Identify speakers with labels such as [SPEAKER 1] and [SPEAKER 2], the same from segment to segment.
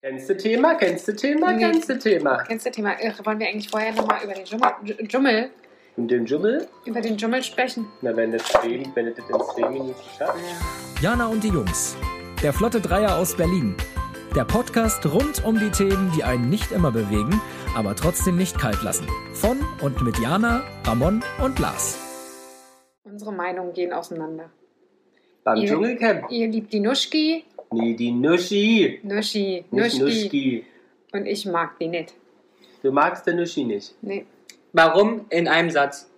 [SPEAKER 1] Kennst du Thema? Kennst du Thema?
[SPEAKER 2] Nee.
[SPEAKER 1] Kennst du Thema?
[SPEAKER 2] Kennst du Thema? Irre, wollen wir eigentlich vorher nochmal über den Dschungel, Dsch- Dschungel,
[SPEAKER 1] Und den Dschungel?
[SPEAKER 2] über den Dschungel sprechen?
[SPEAKER 1] Na, wenn das Stream, wenn das in 10 Minuten schafft.
[SPEAKER 3] Jana und die Jungs. Der Flotte Dreier aus Berlin. Der Podcast rund um die Themen, die einen nicht immer bewegen, aber trotzdem nicht kalt lassen. Von und mit Jana, Ramon und Lars.
[SPEAKER 2] Unsere Meinungen gehen auseinander.
[SPEAKER 1] Beim
[SPEAKER 2] Ihr-
[SPEAKER 1] Dschungelcamp.
[SPEAKER 2] Ihr liebt die Nuschki,
[SPEAKER 1] Nee, die Nuschi.
[SPEAKER 2] Nuschi,
[SPEAKER 1] Nicht
[SPEAKER 2] Nuschki.
[SPEAKER 1] Nuschki.
[SPEAKER 2] Und ich mag die nicht.
[SPEAKER 1] Du magst den Nuschi nicht.
[SPEAKER 2] Nee.
[SPEAKER 4] Warum? In einem Satz.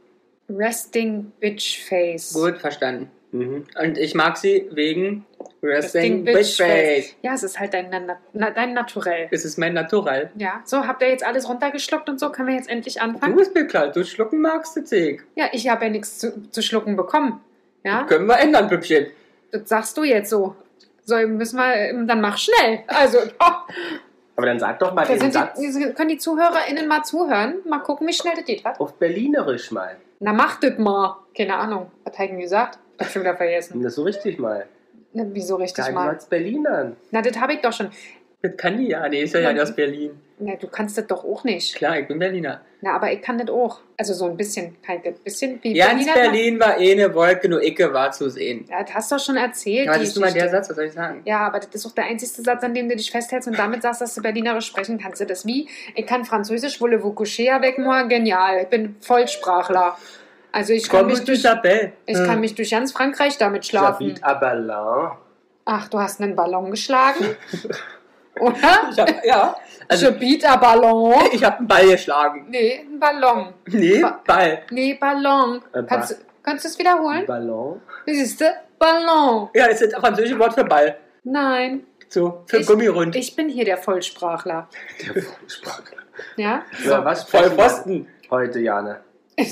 [SPEAKER 2] Resting Bitch Face.
[SPEAKER 4] Gut, verstanden.
[SPEAKER 1] Mhm.
[SPEAKER 4] Und ich mag sie wegen Wrestling
[SPEAKER 2] Resting Bitch
[SPEAKER 4] Bitch Face.
[SPEAKER 2] Ja, es ist halt dein, Na- Na- dein Naturell.
[SPEAKER 4] Es ist mein Natural.
[SPEAKER 2] Ja, so habt ihr jetzt alles runtergeschluckt und so können wir jetzt endlich
[SPEAKER 4] Du
[SPEAKER 2] anfangen.
[SPEAKER 4] bist bekleidet, du schlucken magst du Zeig.
[SPEAKER 2] Ja, ich habe ja nichts zu, zu schlucken bekommen. Ja,
[SPEAKER 4] Können wir ändern, Püppchen.
[SPEAKER 2] das sagst du jetzt so. So, müssen wir, ähm, dann mach schnell. Also, oh,
[SPEAKER 1] Aber dann sag doch mal
[SPEAKER 2] da
[SPEAKER 1] den
[SPEAKER 2] sind
[SPEAKER 1] Satz
[SPEAKER 2] die, die- können die ZuhörerInnen mal zuhören, mal gucken, wie schnell das geht. Was?
[SPEAKER 1] auf Berlinerisch mal.
[SPEAKER 2] Na, mach das mal. Keine Ahnung, was hat er gesagt? Hab schon wieder vergessen.
[SPEAKER 1] Und das so richtig mal.
[SPEAKER 2] Na, wieso richtig
[SPEAKER 1] Geil
[SPEAKER 2] mal?
[SPEAKER 1] als Berlinern.
[SPEAKER 2] Na, das habe ich doch schon.
[SPEAKER 4] Das kann die ja. Die Ah, ist ja, ja
[SPEAKER 2] Ja.
[SPEAKER 4] aus Berlin.
[SPEAKER 2] Na, du kannst das doch auch nicht.
[SPEAKER 4] Klar, ich bin Berliner.
[SPEAKER 2] Na, aber ich kann das auch. Also so ein bisschen, kann ich das bisschen wie
[SPEAKER 4] Ganz
[SPEAKER 2] Berliner-
[SPEAKER 4] Berlin war eh eine Wolke, nur Icke war zu sehen.
[SPEAKER 2] Ja, das hast du doch schon erzählt.
[SPEAKER 4] Ja,
[SPEAKER 2] die
[SPEAKER 4] das ist nun mal der
[SPEAKER 2] Geschichte.
[SPEAKER 4] Satz, was soll ich sagen?
[SPEAKER 2] Ja, aber das ist auch der einzige Satz, an dem du dich festhältst und damit sagst, dass du Berlinerisch sprechen kannst. Das ist wie, ich kann Französisch, voulez-vous coucher avec moi, genial. Ich bin Vollsprachler. Also ich kann,
[SPEAKER 4] Komm Hm.
[SPEAKER 2] mich
[SPEAKER 4] ich durch
[SPEAKER 2] durch,
[SPEAKER 4] Appell.
[SPEAKER 2] ich
[SPEAKER 1] Äh.
[SPEAKER 2] kann mich durch ganz Frankreich damit schlafen.
[SPEAKER 1] David Abalin.
[SPEAKER 2] Ach, du hast einen Ballon geschlagen? Oder?
[SPEAKER 4] Ich hab, ja.
[SPEAKER 2] Also,
[SPEAKER 4] Also,
[SPEAKER 2] Je biete un Ballon.
[SPEAKER 4] ich habe einen Ball geschlagen.
[SPEAKER 2] Nee, ein Ballon.
[SPEAKER 4] Nee,
[SPEAKER 2] Ba-
[SPEAKER 4] Ball.
[SPEAKER 2] Nee, Ballon.
[SPEAKER 1] Ein Ba-
[SPEAKER 2] Kannst, du- kannst du es wiederholen?
[SPEAKER 1] Ballon.
[SPEAKER 2] Siehst du? Ballon.
[SPEAKER 4] Ja, das ist das französische Wort für Ball.
[SPEAKER 2] Nein,
[SPEAKER 4] So, für
[SPEAKER 2] Ich-
[SPEAKER 4] Gummirund.
[SPEAKER 2] ich bin hier der Vollsprachler.
[SPEAKER 1] Der Vollsprachler.
[SPEAKER 2] Ja?
[SPEAKER 1] Na, was
[SPEAKER 4] Voll
[SPEAKER 1] sprechen wir
[SPEAKER 4] Pfosten.
[SPEAKER 1] Heute, Jana.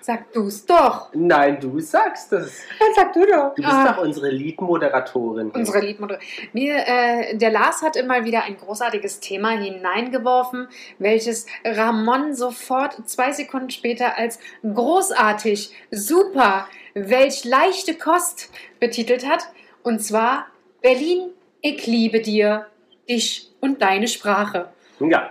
[SPEAKER 2] Sag du's doch.
[SPEAKER 1] Nein, du sagst es.
[SPEAKER 4] Dann sag du doch.
[SPEAKER 1] Du bist
[SPEAKER 2] Ah.
[SPEAKER 1] doch unsere Liedmoderatorin. hier.
[SPEAKER 2] Unsere Liedmoderatorin. Mir, äh, der Lars hat immer wieder ein großartiges Thema hineingeworfen, welches Ramon sofort zwei Sekunden später als großartig, super, welch leichte Kost betitelt hat. Und zwar Berlin, ich liebe dir, dich und deine Sprache.
[SPEAKER 1] Ja.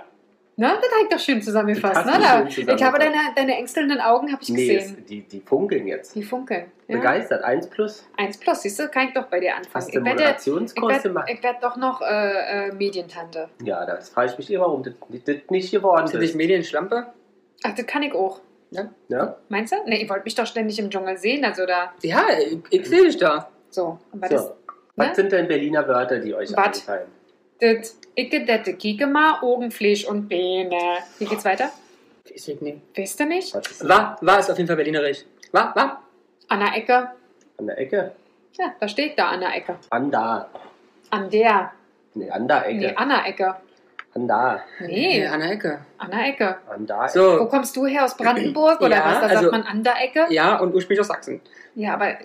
[SPEAKER 2] Ne? Das habe ich doch schön zusammengefasst.
[SPEAKER 1] Das
[SPEAKER 2] Ne?
[SPEAKER 1] hast du
[SPEAKER 2] Da,
[SPEAKER 1] schön zusammengefasst.
[SPEAKER 2] ich habe deine, deine ängstelnden Augen habe ich
[SPEAKER 1] Nee,
[SPEAKER 2] gesehen.
[SPEAKER 1] es, die, die funkeln jetzt.
[SPEAKER 2] Die funkeln. Ja?
[SPEAKER 1] Begeistert. Eins plus.
[SPEAKER 2] Eins plus, siehst du, kann ich doch bei dir anfangen.
[SPEAKER 1] Hast du
[SPEAKER 2] Ich wette, ich
[SPEAKER 1] Moderationskurse gemacht?
[SPEAKER 2] werde werd doch noch äh, äh, Medientante.
[SPEAKER 1] Ja, das frage ich mich immer, warum das, das nicht geworden
[SPEAKER 4] Hast du dich
[SPEAKER 1] ist.
[SPEAKER 4] Medienschlampe?
[SPEAKER 2] Ach, das kann ich auch.
[SPEAKER 1] Ja?
[SPEAKER 2] Meinst du? Ne, ihr wollt mich doch ständig im Dschungel sehen, also da.
[SPEAKER 4] Ja, ich, ich sehe dich da.
[SPEAKER 2] So. Aber das,
[SPEAKER 1] So. Was
[SPEAKER 2] ne?
[SPEAKER 1] sind denn Berliner Wörter, die euch
[SPEAKER 2] Wat?
[SPEAKER 1] einfallen?
[SPEAKER 2] das Icke, Dette, Kikema, Augenfleisch und Bene. Wie geht's weiter?
[SPEAKER 4] Weiß ich nicht.
[SPEAKER 2] Wisst ihr nicht?
[SPEAKER 1] Was ist das?
[SPEAKER 4] War, war ist auf jeden Fall Berlinerisch. War, war.
[SPEAKER 2] An der Ecke.
[SPEAKER 1] An der Ecke?
[SPEAKER 2] Ja, da steht da an der Ecke.
[SPEAKER 1] An da.
[SPEAKER 2] An der.
[SPEAKER 1] Nee, an der Ecke.
[SPEAKER 2] Nee, an der Ecke.
[SPEAKER 1] An da.
[SPEAKER 2] Nee,
[SPEAKER 4] An der Ecke.
[SPEAKER 2] an der Ecke.
[SPEAKER 1] An da.
[SPEAKER 2] Wo
[SPEAKER 4] So.
[SPEAKER 2] kommst du her aus Brandenburg oder
[SPEAKER 4] Ja,
[SPEAKER 2] was? Da
[SPEAKER 4] also-
[SPEAKER 2] sagt man an der Ecke? Ja,
[SPEAKER 4] Ja, und ursprünglich aus Sachsen.
[SPEAKER 2] aber,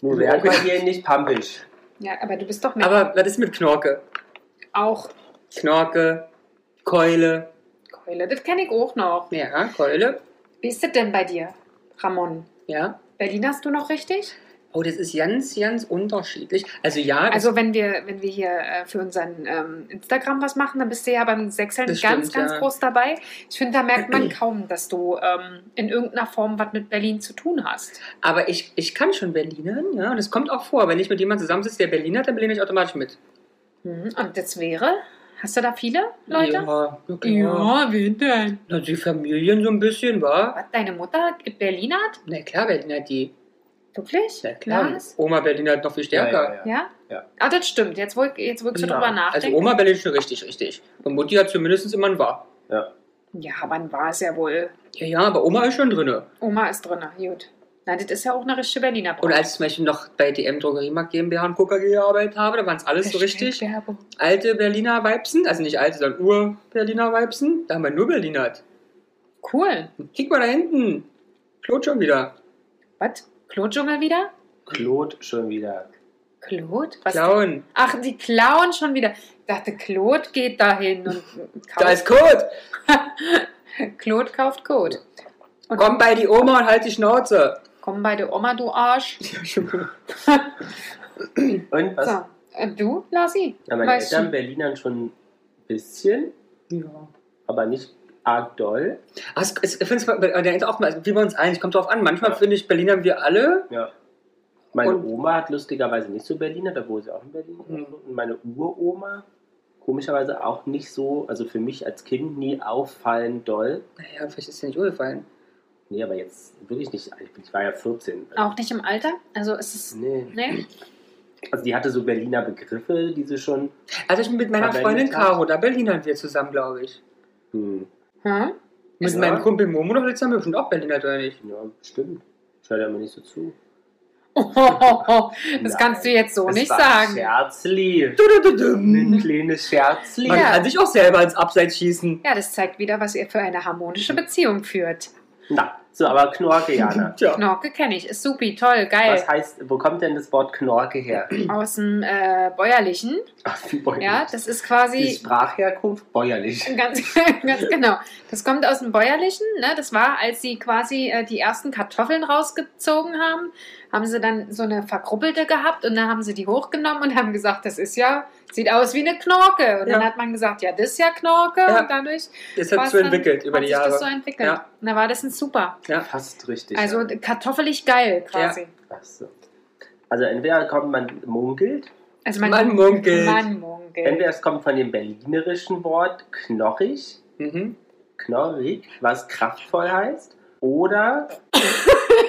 [SPEAKER 1] Nun werden wir hier nicht pampisch.
[SPEAKER 2] ja, aber du bist doch mit
[SPEAKER 4] Aber was ist mit Knorke?
[SPEAKER 2] auch
[SPEAKER 4] Knorke, Keule.
[SPEAKER 2] Keule. Das kenne ich auch noch.
[SPEAKER 4] Ja, Keule.
[SPEAKER 2] Wie ist das denn bei dir, Ramon?
[SPEAKER 4] Ja.
[SPEAKER 2] Berlin hast du noch richtig?
[SPEAKER 4] Oh, das ist ganz, ganz unterschiedlich. Also ja, das-
[SPEAKER 2] Also wenn wir, wenn wir hier äh, für unseren ähm, Instagram was machen, dann bist du ja beim Sechseln
[SPEAKER 4] Das
[SPEAKER 2] ganz,
[SPEAKER 4] stimmt,
[SPEAKER 2] ganz
[SPEAKER 4] ja.
[SPEAKER 2] groß dabei. Ich finde, da merkt man kaum, dass du ähm, in irgendeiner Form was mit Berlin zu tun hast.
[SPEAKER 4] aber ich, ich kann schon Berlinern, ja. Und es kommt auch vor. Wenn ich mit jemandem zusammensitze, der Berliner hat, dann Berliner ich automatisch mit.
[SPEAKER 2] Mhm. Und das wäre, hast du da viele Leute?
[SPEAKER 4] Ja, ja, klar.
[SPEAKER 2] Ja, wen denn?
[SPEAKER 4] Na, die Familien so ein bisschen, wa?
[SPEAKER 2] Was, deine Mutter Berliner hat?
[SPEAKER 4] Na klar, Berliner die.
[SPEAKER 2] Wirklich?
[SPEAKER 4] Na klar.
[SPEAKER 2] Was?
[SPEAKER 4] Oma Berliner hat noch viel stärker.
[SPEAKER 2] Ja?
[SPEAKER 1] Ja.
[SPEAKER 2] Ah, das stimmt. Jetzt, wo ich, jetzt, wo ich so
[SPEAKER 1] Ja.
[SPEAKER 2] drüber
[SPEAKER 4] Also
[SPEAKER 2] nachdenke.
[SPEAKER 4] Oma Berlin schon richtig, richtig. Und Mutti hat zumindest immer ein War.
[SPEAKER 2] ja, wann war es ja wohl?
[SPEAKER 4] Ja, ja, aber Oma ist schon drinne.
[SPEAKER 2] Oma ist drin, gut. Na, das ist ja auch eine richtige Berliner
[SPEAKER 4] Und als ich zum Beispiel noch bei DM Drogeriemarkt GmbH und KKG gearbeitet habe, da waren es alles so richtig
[SPEAKER 2] Werbung.
[SPEAKER 4] alte Berliner Weibsen. Also nicht alte, sondern Ur-Berliner Weibsen. Da haben wir nur Berlinert.
[SPEAKER 2] Cool.
[SPEAKER 4] Kick mal da hinten. Klot schon wieder.
[SPEAKER 2] Was? Klodschungel wieder?
[SPEAKER 1] Claude schon wieder.
[SPEAKER 2] Klot? Was?
[SPEAKER 4] Klauen.
[SPEAKER 2] Ach, die klauen schon wieder. Ich dachte, Klot geht dahin und
[SPEAKER 4] Da ist
[SPEAKER 2] kauft.
[SPEAKER 4] Kot.
[SPEAKER 2] Klot kauft Kot. Und
[SPEAKER 4] Komm bei die Oma und halt die Schnauze.
[SPEAKER 2] komm bei der Oma, du Arsch.
[SPEAKER 1] Und was?
[SPEAKER 2] So. Äh, Du, Lasi?
[SPEAKER 1] Ja, meine
[SPEAKER 2] Weißt
[SPEAKER 1] Eltern
[SPEAKER 2] du-
[SPEAKER 1] Berlinern schon ein bisschen,
[SPEAKER 4] Ja.
[SPEAKER 1] aber nicht arg doll.
[SPEAKER 4] Ah, es- es- Ich finde es der ist auch mal, also wie bei uns allen, es kommt drauf an. Manchmal
[SPEAKER 1] Ja.
[SPEAKER 4] finde ich Berliner wir alle.
[SPEAKER 1] Ja. Meine
[SPEAKER 4] Und-
[SPEAKER 1] Oma hat lustigerweise nicht so Berliner, da wohl sie auch in Berlin.
[SPEAKER 4] Mhm.
[SPEAKER 1] Und meine Uroma komischerweise auch nicht so, also für mich als Kind nie auffallend doll.
[SPEAKER 4] Naja, vielleicht ist dir nicht umgefallen.
[SPEAKER 1] Nee, aber jetzt wirklich nicht. Ich bin- Ich war ja 14.
[SPEAKER 2] Auch nicht im Alter? Also ist es.
[SPEAKER 1] Nee.
[SPEAKER 2] Nee?
[SPEAKER 1] Also die hatte so Berliner Begriffe, die sie schon.
[SPEAKER 4] Also ich bin mit meiner
[SPEAKER 1] Verwendet
[SPEAKER 4] Freundin
[SPEAKER 1] hast.
[SPEAKER 4] Caro, da Berlinern wir zusammen, glaube ich.
[SPEAKER 1] Hm,
[SPEAKER 2] Hm?
[SPEAKER 4] Mit
[SPEAKER 1] Ja.
[SPEAKER 4] meinem Kumpel Momo noch letztes Mal bestimmt auch Berliner, oder nicht?
[SPEAKER 1] ja, stimmt. Ich höre da immer nicht so zu.
[SPEAKER 2] das
[SPEAKER 1] Nein.
[SPEAKER 2] kannst du jetzt so
[SPEAKER 1] Es
[SPEAKER 2] nicht
[SPEAKER 1] war
[SPEAKER 2] sagen. Mhm.
[SPEAKER 1] Ein Scherzli.
[SPEAKER 4] Du, du, du, du.
[SPEAKER 1] Ein kleines Scherzli.
[SPEAKER 4] Mhm. Man
[SPEAKER 2] Ja.
[SPEAKER 4] kann sich auch selber ins Abseits schießen.
[SPEAKER 2] Ja, das zeigt wieder, was ihr für eine harmonische Beziehung führt.
[SPEAKER 1] Na, so, aber Knorke, Jana.
[SPEAKER 4] Tja.
[SPEAKER 2] Knorke kenne ich, ist supi, toll, geil.
[SPEAKER 1] Was heißt, wo kommt denn das Wort Knorke her?
[SPEAKER 2] Aus dem äh, Bäuerlichen.
[SPEAKER 1] Ach, die Bäuerlich.
[SPEAKER 2] Ja, das ist
[SPEAKER 1] die
[SPEAKER 2] quasi
[SPEAKER 1] Sprachherkunft bäuerlich.
[SPEAKER 2] ganz, ganz genau. Das kommt aus dem Bäuerlichen. Ne? Das war, als sie quasi äh, die ersten Kartoffeln rausgezogen haben, haben sie dann so eine verkruppelte gehabt und dann haben sie die hochgenommen und haben gesagt, das ist ja, sieht aus wie eine Knorke. Und dann
[SPEAKER 4] Ja.
[SPEAKER 2] hat man gesagt, ja, das ist ja Knorke.
[SPEAKER 4] Ja.
[SPEAKER 2] Und dadurch
[SPEAKER 4] Das hat
[SPEAKER 2] war's
[SPEAKER 4] halt so entwickelt
[SPEAKER 2] dann,
[SPEAKER 4] über
[SPEAKER 2] hat
[SPEAKER 4] die
[SPEAKER 2] sich
[SPEAKER 4] Jahre.
[SPEAKER 2] das so entwickelt.
[SPEAKER 4] Ja.
[SPEAKER 2] Und da war das ein super.
[SPEAKER 1] Fast richtig.
[SPEAKER 2] Also
[SPEAKER 1] ja.
[SPEAKER 2] kartoffelig geil quasi.
[SPEAKER 1] Ach so. Also entweder kommt man munkelt,
[SPEAKER 2] Also
[SPEAKER 4] Man munkelt.
[SPEAKER 2] Man munkelt.
[SPEAKER 1] entweder es kommt von dem berlinerischen Wort knorrig,
[SPEAKER 4] Mhm.
[SPEAKER 1] knorrig, was kraftvoll heißt, oder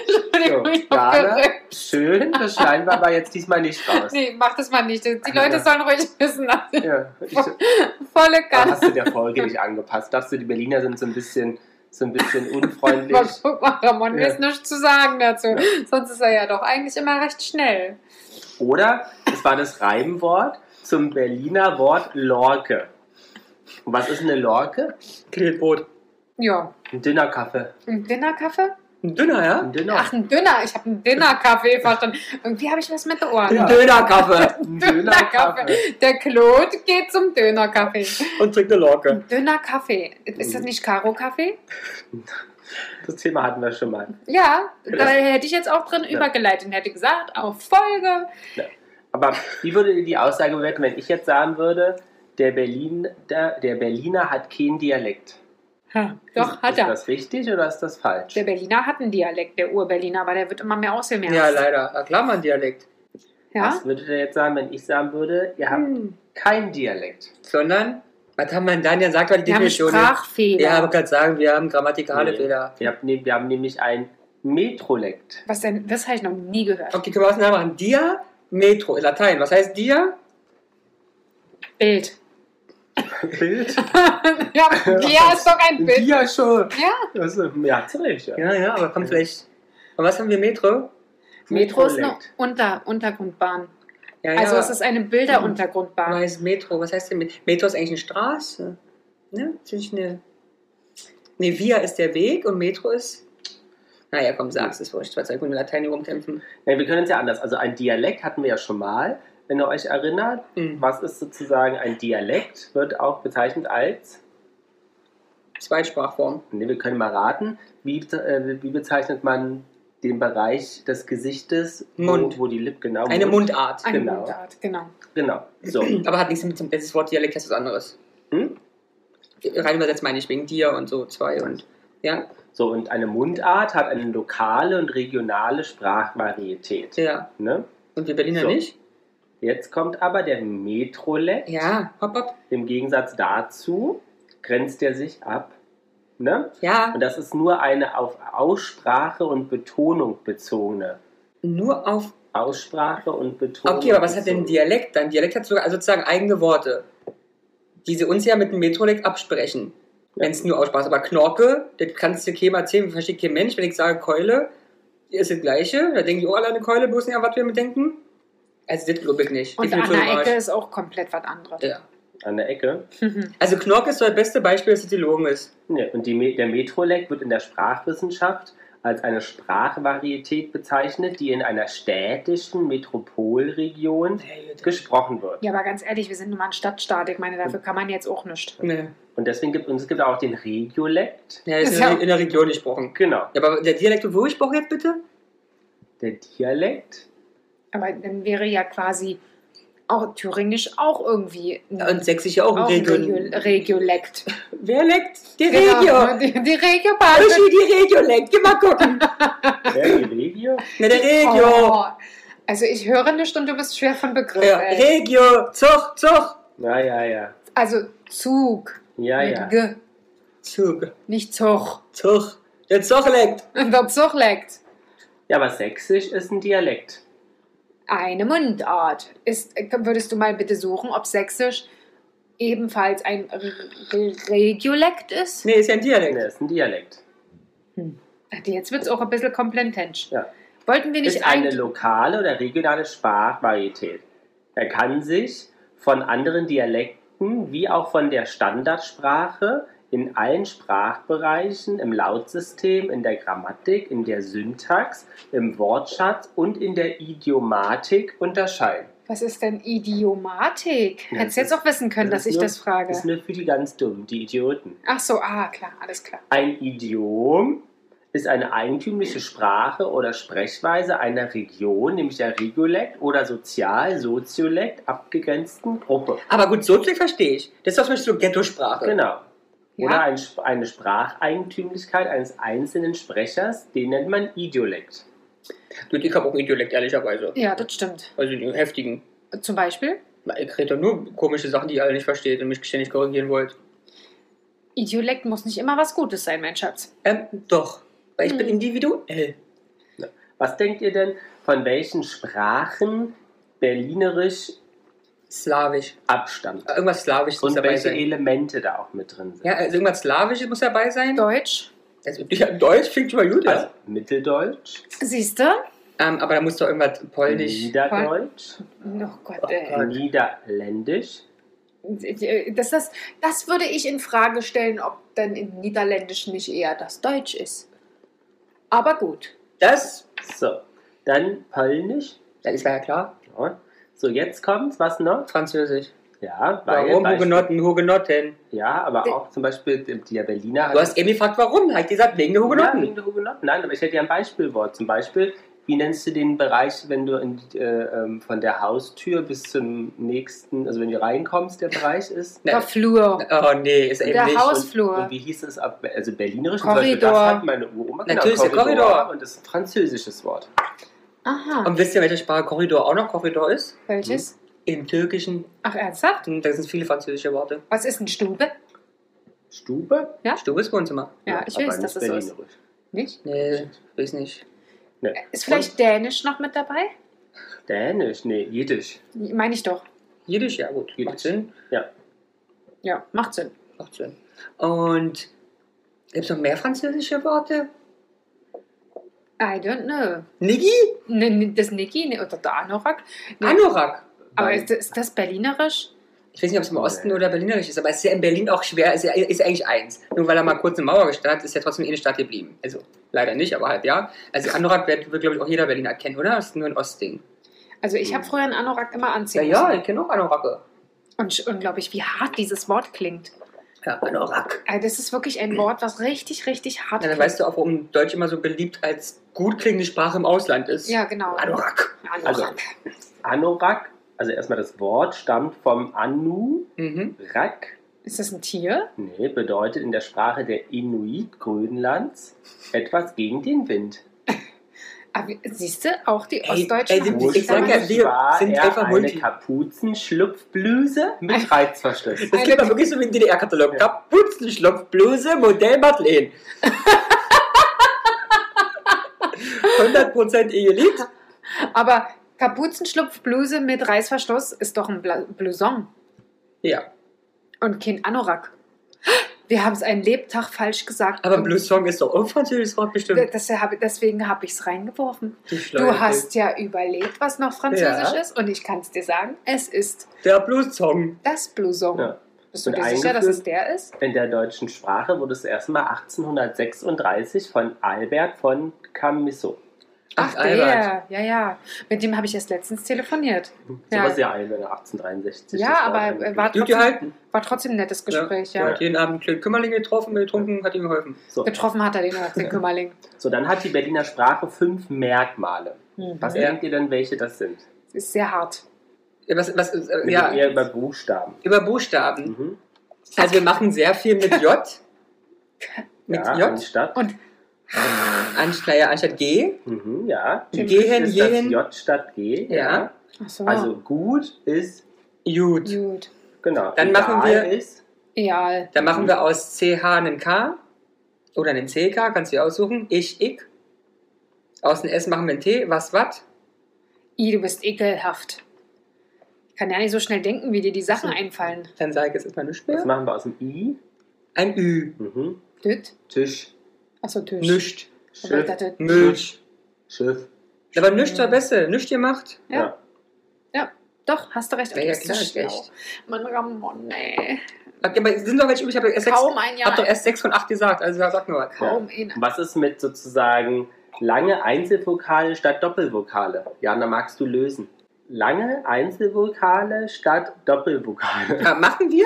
[SPEAKER 1] so,
[SPEAKER 2] Entschuldigung, ich hab
[SPEAKER 1] Jana,
[SPEAKER 2] gerückt.
[SPEAKER 1] schön, das schneiden wir aber jetzt diesmal nicht raus.
[SPEAKER 2] Nee, mach das mal nicht. Die
[SPEAKER 1] Ah,
[SPEAKER 2] Leute
[SPEAKER 1] ja.
[SPEAKER 2] sollen ruhig wissen, dass ich
[SPEAKER 1] Ja, ich,
[SPEAKER 2] volle
[SPEAKER 1] da
[SPEAKER 2] Kanne.
[SPEAKER 1] hast du der Folge nicht angepasst. Dachtest du, die Berliner sind so ein bisschen, so ein bisschen unfreundlich.
[SPEAKER 2] Aber Guck mal, Ramon
[SPEAKER 1] Ja.
[SPEAKER 2] ist nichts zu sagen dazu.
[SPEAKER 1] Ja.
[SPEAKER 2] Sonst ist er ja doch eigentlich immer recht schnell.
[SPEAKER 1] Oder es war das Reimwort zum Berliner Wort Lorke. Und was ist eine Lorke?
[SPEAKER 4] Grillbrot.
[SPEAKER 2] Ja.
[SPEAKER 1] Ein dünner Kaffee.
[SPEAKER 2] Ein Dinnerkaffee?
[SPEAKER 4] Ein Dünner, ja?
[SPEAKER 1] Ein dünner.
[SPEAKER 2] Ach, ein Dünner. Ich habe einen Dinnerkaffee verstanden. Irgendwie habe ich was mit den Ohren.
[SPEAKER 1] Ja.
[SPEAKER 4] Ein Dönerkaffee.
[SPEAKER 1] ein
[SPEAKER 2] dünner Kaffee. Der Claude geht zum Dönerkaffee.
[SPEAKER 4] Und trinkt eine Lorke.
[SPEAKER 2] Ein Dünner Kaffee. Ist das
[SPEAKER 1] Mhm.
[SPEAKER 2] nicht Karo-Kaffee?
[SPEAKER 1] Das Thema hatten wir schon mal.
[SPEAKER 2] Ja, da
[SPEAKER 1] Ja.
[SPEAKER 2] hätte ich jetzt auch drin übergeleitet und hätte gesagt, auf Folge.
[SPEAKER 1] Aber wie würde die Aussage bewerten, wenn ich jetzt sagen würde, der, Berlin, der, der Berliner hat keinen Dialekt?
[SPEAKER 2] Ha, Doch, hat
[SPEAKER 1] ist,
[SPEAKER 2] er.
[SPEAKER 1] Ist das richtig oder ist das falsch?
[SPEAKER 2] Der Berliner hat einen Dialekt, der Ur-Berliner, aber der wird immer mehr ausgemerzt.
[SPEAKER 4] Ja, leider. Na klar, mal ein Dialekt.
[SPEAKER 2] Ja?
[SPEAKER 1] Was würde der jetzt sagen, wenn ich sagen würde, ihr habt
[SPEAKER 4] Hm.
[SPEAKER 1] keinen Dialekt?
[SPEAKER 4] Sondern, was haben wir denn dann? Ja, sagt mal die
[SPEAKER 2] Wir haben
[SPEAKER 4] Definition.
[SPEAKER 2] Sprachfehler.
[SPEAKER 4] Ja, aber gerade sagen, wir haben grammatikale
[SPEAKER 1] Nee.
[SPEAKER 4] Fehler.
[SPEAKER 1] Ihr habt, ne- wir haben nämlich ein Metrolekt.
[SPEAKER 2] Was denn? Das habe ich noch nie gehört.
[SPEAKER 4] Okay, können wir Ausnahme machen. Dia, Metro, in Latein. Was heißt Dia?
[SPEAKER 2] Bild.
[SPEAKER 1] Bild?
[SPEAKER 2] ja, Dia ist doch ein Bild.
[SPEAKER 1] Ja, schon.
[SPEAKER 2] Ja.
[SPEAKER 1] Also, ja, zurecht, ja.
[SPEAKER 4] Ja, ja, aber kommt vielleicht. Und was haben wir Metro?
[SPEAKER 2] Metro ist eine
[SPEAKER 1] Metrolekt.
[SPEAKER 2] Unter Untergrundbahn.
[SPEAKER 4] Ja,
[SPEAKER 2] Also
[SPEAKER 4] ja.
[SPEAKER 2] es ist eine Bilderuntergrundbahn.
[SPEAKER 4] Aber heißt Metro, was heißt denn Metro? Metro ist eigentlich eine Straße. Ne? Das ist eine. Ne, Via ist der Weg und Metro ist. Naja, komm, sag's, ist wurscht. Was soll ich mit Latein hier rumkämpfen?
[SPEAKER 1] Nein, wir können es ja anders. Also ein Dialekt hatten wir ja schon mal, wenn ihr euch erinnert.
[SPEAKER 4] Hm.
[SPEAKER 1] Was ist sozusagen ein Dialekt? Wird auch bezeichnet als,
[SPEAKER 4] Zweitsprachform.
[SPEAKER 1] ne, wir können mal raten, wie, äh, wie bezeichnet man den Bereich des Gesichtes,
[SPEAKER 4] Mund.
[SPEAKER 1] Wo, wo die Lippen genau
[SPEAKER 4] Eine Mundart.
[SPEAKER 2] Eine
[SPEAKER 1] genau.
[SPEAKER 2] Mundart, genau.
[SPEAKER 1] Genau. So.
[SPEAKER 4] Aber hat nichts mit dem. Das Wort Dialekt ist was anderes.
[SPEAKER 1] Hm?
[SPEAKER 4] Rein übersetzt meine ich wegen dir und so zwei und. Ja,
[SPEAKER 1] so, und eine Mundart hat eine lokale und regionale Sprachvarietät.
[SPEAKER 4] ja.
[SPEAKER 1] Ne?
[SPEAKER 4] Und wir Berliner
[SPEAKER 1] So.
[SPEAKER 4] nicht?
[SPEAKER 1] Jetzt kommt aber der Metrolekt.
[SPEAKER 4] Ja, hopp, hopp.
[SPEAKER 1] Im Gegensatz dazu grenzt er sich ab. Ne?
[SPEAKER 4] Ja,
[SPEAKER 1] Und das ist nur eine auf Aussprache und Betonung bezogene.
[SPEAKER 4] nur auf.
[SPEAKER 1] Aussprache und Betonung.
[SPEAKER 4] Okay, aber was hat denn
[SPEAKER 1] bezogene.
[SPEAKER 4] Dialekt dann? Dialekt hat sogar also sozusagen eigene Worte, die sie uns ja mit dem Metrolekt absprechen. Wenn es nur aussprachst. Aber Knorke, das kannst du keinem erzählen, versteht kein Mensch. Wenn ich sage Keule, hier ist das Gleiche. Da denken die auch alle an eine Keule, bloß nicht an was wir mit denken. Also, das glaube ich nicht.
[SPEAKER 2] Und an
[SPEAKER 4] Definition
[SPEAKER 2] der
[SPEAKER 4] im Arsch.
[SPEAKER 2] Ecke ist auch komplett was anderes.
[SPEAKER 4] Ja.
[SPEAKER 1] An der Ecke.
[SPEAKER 2] Mhm.
[SPEAKER 4] Also, Knorke ist so das beste Beispiel, dass es die Logen ist.
[SPEAKER 1] Ne, und die, Me- der Metrolekt wird in der Sprachwissenschaft als eine Sprachvarietät bezeichnet, die in einer städtischen Metropolregion gesprochen wird.
[SPEAKER 2] ja, aber ganz ehrlich, wir sind nun mal ein Stadtstaat. Ich meine, dafür kann man jetzt auch nicht.
[SPEAKER 4] Nee.
[SPEAKER 1] Und deswegen gibt und es gibt auch den Regiolekt.
[SPEAKER 4] ne? Ja, das
[SPEAKER 2] Ist
[SPEAKER 4] ist
[SPEAKER 2] ja-
[SPEAKER 4] in, der- in der Region gesprochen.
[SPEAKER 1] Genau.
[SPEAKER 4] Ja, aber der Dialekt, wo ich brauche jetzt bitte?
[SPEAKER 1] Der Dialekt
[SPEAKER 2] Aber dann wäre ja quasi auch thüringisch auch irgendwie
[SPEAKER 4] Ja, Und sächsisch ja auch ein
[SPEAKER 2] auch
[SPEAKER 4] Region.
[SPEAKER 2] Regio- Regiolekt.
[SPEAKER 4] Wer leckt? Die
[SPEAKER 2] Genau,
[SPEAKER 4] Regio.
[SPEAKER 2] die, die Regio
[SPEAKER 4] Uschi, die Regio leckt. Geh mal gucken.
[SPEAKER 1] Wer die Regio?
[SPEAKER 4] Na, der Regio.
[SPEAKER 2] Oh. Also ich höre nicht und du bist schwer von Begriff.
[SPEAKER 4] Ja,
[SPEAKER 2] ey.
[SPEAKER 4] Regio. Zug, Zug.
[SPEAKER 1] Ja, ja, ja.
[SPEAKER 2] Also Zug
[SPEAKER 1] Ja,
[SPEAKER 2] mit
[SPEAKER 1] ja.
[SPEAKER 2] G,
[SPEAKER 4] Zug.
[SPEAKER 2] nicht Zug.
[SPEAKER 4] Zug. Der Zug leckt.
[SPEAKER 2] Der Zug leckt.
[SPEAKER 1] Ja, aber Sächsisch ist ein Dialekt.
[SPEAKER 2] Eine Mundart. Ist, würdest du mal bitte suchen, ob Sächsisch ebenfalls ein R- R- Regiolekt ist?
[SPEAKER 4] Nee, ist ja ein Dialekt.
[SPEAKER 1] Ne, ist ein Dialekt.
[SPEAKER 2] Jetzt wird es auch ein bisschen kompetent.
[SPEAKER 1] Ja.
[SPEAKER 2] Wollten wir nicht
[SPEAKER 1] Ist eine
[SPEAKER 2] eigentlich-
[SPEAKER 1] lokale oder regionale Sprachvarietät. Er kann sich von anderen Dialekten wie auch von der Standardsprache in allen Sprachbereichen, im Lautsystem, in der Grammatik, in der Syntax, im Wortschatz und in der Idiomatik unterscheiden.
[SPEAKER 2] Was ist denn Idiomatik?
[SPEAKER 1] Ja,
[SPEAKER 2] Hättest
[SPEAKER 1] das
[SPEAKER 2] jetzt auch wissen können,
[SPEAKER 1] das
[SPEAKER 2] dass
[SPEAKER 1] ist
[SPEAKER 2] ich
[SPEAKER 1] nur-
[SPEAKER 2] das frage.
[SPEAKER 1] Das ist nur für die ganz Dummen, die Idioten.
[SPEAKER 2] Ach so, ah, klar, alles klar.
[SPEAKER 1] Ein Idiom ist eine eigentümliche Sprache oder Sprechweise einer Region, nämlich der Regiolekt oder sozial, soziolekt abgegrenzten Gruppe.
[SPEAKER 4] Aber gut, so viel verstehe ich. Das ist doch zum Beispiel so Ghetto-Sprache. ne?
[SPEAKER 1] Genau.
[SPEAKER 2] Ja.
[SPEAKER 1] Oder ein, Sp- eine Spracheigentümlichkeit eines einzelnen Sprechers, den nennt man Idiolekt.
[SPEAKER 4] Du, ich habe auch ein Dialekt, ehrlicherweise.
[SPEAKER 2] Ja, das stimmt.
[SPEAKER 4] Also den heftigen.
[SPEAKER 2] Zum Beispiel
[SPEAKER 4] Na, Ich rede doch nur komische Sachen, die ihr alle nicht versteht und mich ständig korrigieren wollt.
[SPEAKER 2] Idiolekt muss nicht immer was Gutes sein, mein Schatz.
[SPEAKER 4] Ähm, doch. Weil ich bin
[SPEAKER 2] Hm.
[SPEAKER 4] individuell.
[SPEAKER 1] Was denkt ihr denn, von welchen Sprachen Berlinerisch
[SPEAKER 4] Slawisch.
[SPEAKER 1] abstammt?
[SPEAKER 4] Irgendwas Slawisches muss
[SPEAKER 1] Und
[SPEAKER 4] dabei
[SPEAKER 1] welche
[SPEAKER 4] sein.
[SPEAKER 1] Elemente da auch mit drin sind?
[SPEAKER 4] Ja, also irgendwas Slawisches muss dabei sein.
[SPEAKER 2] Deutsch.
[SPEAKER 4] Also, ja, Deutsch klingt schon mal gut,
[SPEAKER 1] Also
[SPEAKER 4] ja.
[SPEAKER 1] Mitteldeutsch,
[SPEAKER 2] Siehst du?
[SPEAKER 4] Ähm, aber da muss doch irgendwas Polnisch.
[SPEAKER 1] Niederdeutsch,
[SPEAKER 2] Oh Gott,
[SPEAKER 4] Oh
[SPEAKER 2] ey.
[SPEAKER 4] Gott.
[SPEAKER 1] Niederländisch,
[SPEAKER 2] Das, das, das würde ich in Frage stellen, ob denn im Niederländischen nicht eher das Deutsch ist. Aber gut.
[SPEAKER 4] Das,
[SPEAKER 1] So, dann Polnisch.
[SPEAKER 4] das war ja klar.
[SPEAKER 1] Ja. So, jetzt kommt's, was noch?
[SPEAKER 4] Französisch.
[SPEAKER 1] Ja, weil,
[SPEAKER 4] Warum
[SPEAKER 1] Beispiel-
[SPEAKER 4] Hugenotten, Hugenotten?
[SPEAKER 1] Ja, aber
[SPEAKER 2] Die-
[SPEAKER 1] auch zum Beispiel der Berliner.
[SPEAKER 4] Du hast eben gefragt, warum. Habe ich gesagt, wegen der
[SPEAKER 1] ja, wegen
[SPEAKER 4] Hugenotten.
[SPEAKER 1] der Hugenotten. Nein, aber ich hätte ja ein Beispielwort. Zum Beispiel, wie nennst du den Bereich, wenn du in, äh, ähm, von der Haustür bis zum nächsten, also wenn du reinkommst, der Bereich ist?
[SPEAKER 4] Ne.
[SPEAKER 2] Der Flur.
[SPEAKER 4] Oh nee, ist eben
[SPEAKER 2] Der
[SPEAKER 4] nicht.
[SPEAKER 2] Haus-
[SPEAKER 1] Und-
[SPEAKER 2] Hausflur.
[SPEAKER 1] Und wie hieß es ab, also berlinerisch? Zum
[SPEAKER 2] Korridor.
[SPEAKER 1] Beispiel, Das hat meine Oma.
[SPEAKER 4] Natürlich, der Korridor.
[SPEAKER 1] Und das ist ein französisches Wort.
[SPEAKER 2] Aha.
[SPEAKER 4] Und wisst ihr, welche Sprache Korridor auch noch Korridor ist?
[SPEAKER 2] Welches?
[SPEAKER 4] Im Türkischen.
[SPEAKER 2] Ach, ernsthaft?
[SPEAKER 4] Da sind viele französische Worte.
[SPEAKER 2] Was ist ein Stube?
[SPEAKER 1] Stube?
[SPEAKER 4] Stube ist Wohnzimmer.
[SPEAKER 2] Ja, ich
[SPEAKER 1] aber
[SPEAKER 2] weiß,
[SPEAKER 1] nicht
[SPEAKER 2] dass es so ist.
[SPEAKER 1] berlinerisch.
[SPEAKER 2] Nicht?
[SPEAKER 4] Nee, weiß nicht.
[SPEAKER 2] Ist vielleicht Dänisch noch mit dabei?
[SPEAKER 1] Dänisch? Nee, Jiddisch.
[SPEAKER 2] Meine ich doch.
[SPEAKER 4] Jiddisch, ja gut.
[SPEAKER 1] Jiddisch.
[SPEAKER 4] Macht Sinn.
[SPEAKER 2] Ja, macht Sinn.
[SPEAKER 4] Macht Sinn. Und gibt es noch mehr französische Worte?
[SPEAKER 2] I don't know.
[SPEAKER 4] Niggi?
[SPEAKER 2] Ne, ne, das Niki ne, oder der Anorak. Ne,
[SPEAKER 4] Anorak.
[SPEAKER 2] aber
[SPEAKER 1] Weil-
[SPEAKER 2] ist, ist das Berlinerisch?
[SPEAKER 4] Ich weiß nicht, ob es im Osten oder Berlinerisch ist, aber es ist ja in Berlin auch schwer, ist ja ist ja eigentlich eins. Nur weil er mal kurz eine Mauer gestanden hat, ist ja trotzdem eine Stadt geblieben. Also leider nicht, aber halt ja. Also Anorak wird, wird glaube ich, auch jeder Berliner kennen, oder? Das ist nur ein Ostding.
[SPEAKER 2] Also ich habe früher einen Anorak immer
[SPEAKER 4] Ja,
[SPEAKER 2] anziehen
[SPEAKER 4] Hm. ja,
[SPEAKER 2] müssen.
[SPEAKER 4] ich kenne auch Anorake.
[SPEAKER 2] Und sch- unglaublich, wie hart dieses Wort klingt.
[SPEAKER 4] Ja, Anorak.
[SPEAKER 2] Also das ist wirklich ein Wort, was richtig, richtig hart
[SPEAKER 4] Na, Hm. dann
[SPEAKER 2] klingt.
[SPEAKER 4] weißt du auch, warum Deutsch immer so beliebt als gut klingende Sprache im Ausland ist.
[SPEAKER 2] Ja, genau.
[SPEAKER 4] Anorak.
[SPEAKER 2] Anorak.
[SPEAKER 1] Also- Anorak, also erstmal das Wort stammt vom Anurak,
[SPEAKER 4] Mhm.
[SPEAKER 2] ist das ein Tier?
[SPEAKER 1] nee, bedeutet in der Sprache der Inuit Grönlands etwas gegen den Wind.
[SPEAKER 2] Aber siehst du, auch die
[SPEAKER 4] Ey,
[SPEAKER 2] Ostdeutschen
[SPEAKER 4] ey, die-
[SPEAKER 2] haben sich
[SPEAKER 4] ich sag
[SPEAKER 2] damals-
[SPEAKER 4] ja, wir
[SPEAKER 1] war
[SPEAKER 4] sind
[SPEAKER 1] er
[SPEAKER 4] einfach
[SPEAKER 1] eine
[SPEAKER 4] multi.
[SPEAKER 1] Kapuzenschlupfblüse mit Reizverschluss.
[SPEAKER 4] Das klingt aber wirklich so wie ein DDR-Katalog.
[SPEAKER 1] Ja.
[SPEAKER 4] Kapuzenschlopf, Bluse, Modell Madeleine. 100% Ehelit.
[SPEAKER 2] Aber Kapuzenschlupfbluse mit Reißverschluss ist doch ein Bla Blouson
[SPEAKER 4] Ja,
[SPEAKER 2] und kein Anorak. Wir haben es einen Lebtag falsch gesagt.
[SPEAKER 4] aber
[SPEAKER 2] Und
[SPEAKER 4] Blue Song ist doch auch ein französisches Wort
[SPEAKER 2] d-
[SPEAKER 4] bestimmt.
[SPEAKER 2] das hab, deswegen habe ich es reingeworfen.
[SPEAKER 4] Leute.
[SPEAKER 2] Du hast ja überlegt, was noch Französisch
[SPEAKER 4] Ja.
[SPEAKER 2] ist und ich kann es dir sagen, es ist
[SPEAKER 4] Der Blue Song.
[SPEAKER 2] das Blouson.
[SPEAKER 1] Ja.
[SPEAKER 2] Bist du
[SPEAKER 1] Und
[SPEAKER 2] dir sicher, dass
[SPEAKER 1] eingeführt-
[SPEAKER 2] es der ist?
[SPEAKER 1] In der deutschen Sprache wurde es erstmal 1836 von Albert von Camisso.
[SPEAKER 2] Ach, der, ja, ja. Mit dem habe ich erst letztens telefoniert.
[SPEAKER 1] So
[SPEAKER 2] Ja.
[SPEAKER 1] was ja Albert 1863.
[SPEAKER 2] Ja,
[SPEAKER 1] das war
[SPEAKER 2] aber,
[SPEAKER 1] dann-
[SPEAKER 2] äh, war-
[SPEAKER 4] Gut gehalten.
[SPEAKER 2] War trotzdem ein nettes Gespräch, ja.
[SPEAKER 4] Ja. Hat jeden Abend einen kleinen Kümmerling getroffen, getrunken, hat ihm geholfen.
[SPEAKER 1] so.
[SPEAKER 2] Getroffen hat er den auch, den Kümmerling.
[SPEAKER 1] so, dann hat die Berliner Sprache fünf Merkmale.
[SPEAKER 2] Mhm.
[SPEAKER 1] Was
[SPEAKER 4] Ja.
[SPEAKER 1] denkt ihr denn, welche das sind?
[SPEAKER 2] Ist sehr hart.
[SPEAKER 4] Ja, Was, was, ist- äh,
[SPEAKER 1] Wir
[SPEAKER 4] ja
[SPEAKER 1] ja. eher über Buchstaben.
[SPEAKER 4] über Buchstaben.
[SPEAKER 1] Mhm.
[SPEAKER 4] Also wir machen sehr viel mit J. Mit
[SPEAKER 1] ja,
[SPEAKER 4] J.
[SPEAKER 1] anstatt.
[SPEAKER 2] Und
[SPEAKER 4] Anst, naja, anstatt G.
[SPEAKER 1] Mhm, ja.
[SPEAKER 4] Gehen,
[SPEAKER 1] Typisch ist
[SPEAKER 4] gehen.
[SPEAKER 1] Das J statt G.
[SPEAKER 4] Ja.
[SPEAKER 2] ach so,
[SPEAKER 1] Also gut ist,
[SPEAKER 4] Gut.
[SPEAKER 2] gut.
[SPEAKER 1] genau.
[SPEAKER 4] Dann machen
[SPEAKER 1] egal
[SPEAKER 4] wir-
[SPEAKER 1] Ist,
[SPEAKER 2] Egal.
[SPEAKER 4] Dann machen wir aus CH einen K. Oder einen CK, kannst du dir aussuchen. Ich, ich. Aus dem S machen wir ein T. Was, wat?
[SPEAKER 2] I, du bist ekelhaft. Ich kann ja nicht so schnell denken, wie dir die Sachen
[SPEAKER 4] So.
[SPEAKER 2] einfallen.
[SPEAKER 4] Dann sage ich jetzt erstmal nichts
[SPEAKER 1] das
[SPEAKER 4] mehr.
[SPEAKER 1] machen wir aus dem I.
[SPEAKER 4] Ein Ü.
[SPEAKER 1] Mhm.
[SPEAKER 2] Düt?
[SPEAKER 1] Tisch,
[SPEAKER 2] Achso, Tisch.
[SPEAKER 4] Nischt.
[SPEAKER 2] Aber ich
[SPEAKER 1] Schiff,
[SPEAKER 2] dachte,
[SPEAKER 4] Milch.
[SPEAKER 1] Schiff.
[SPEAKER 4] Aber nichts war besser. Nichts gemacht.
[SPEAKER 2] Ja. Doch, hast du recht.
[SPEAKER 4] Ja,
[SPEAKER 2] du
[SPEAKER 4] ja,
[SPEAKER 2] bist
[SPEAKER 4] klar,
[SPEAKER 2] so
[SPEAKER 4] ist
[SPEAKER 2] schlau.
[SPEAKER 4] recht.
[SPEAKER 2] Mann, Ramon, ey.
[SPEAKER 4] Okay, aber es sind doch welche übrig. Ich habe erst, sechs-
[SPEAKER 2] Kaum ein Jahr.
[SPEAKER 4] hab doch erst sechs von acht gesagt. Also sag nur was.
[SPEAKER 2] Kaum ein.
[SPEAKER 1] Was ist mit sozusagen lange Einzelvokale statt Doppelvokale? Jana, magst du lösen? Lange Einzelvokale statt Doppelvokale.
[SPEAKER 4] Ja, Äh, machen wir?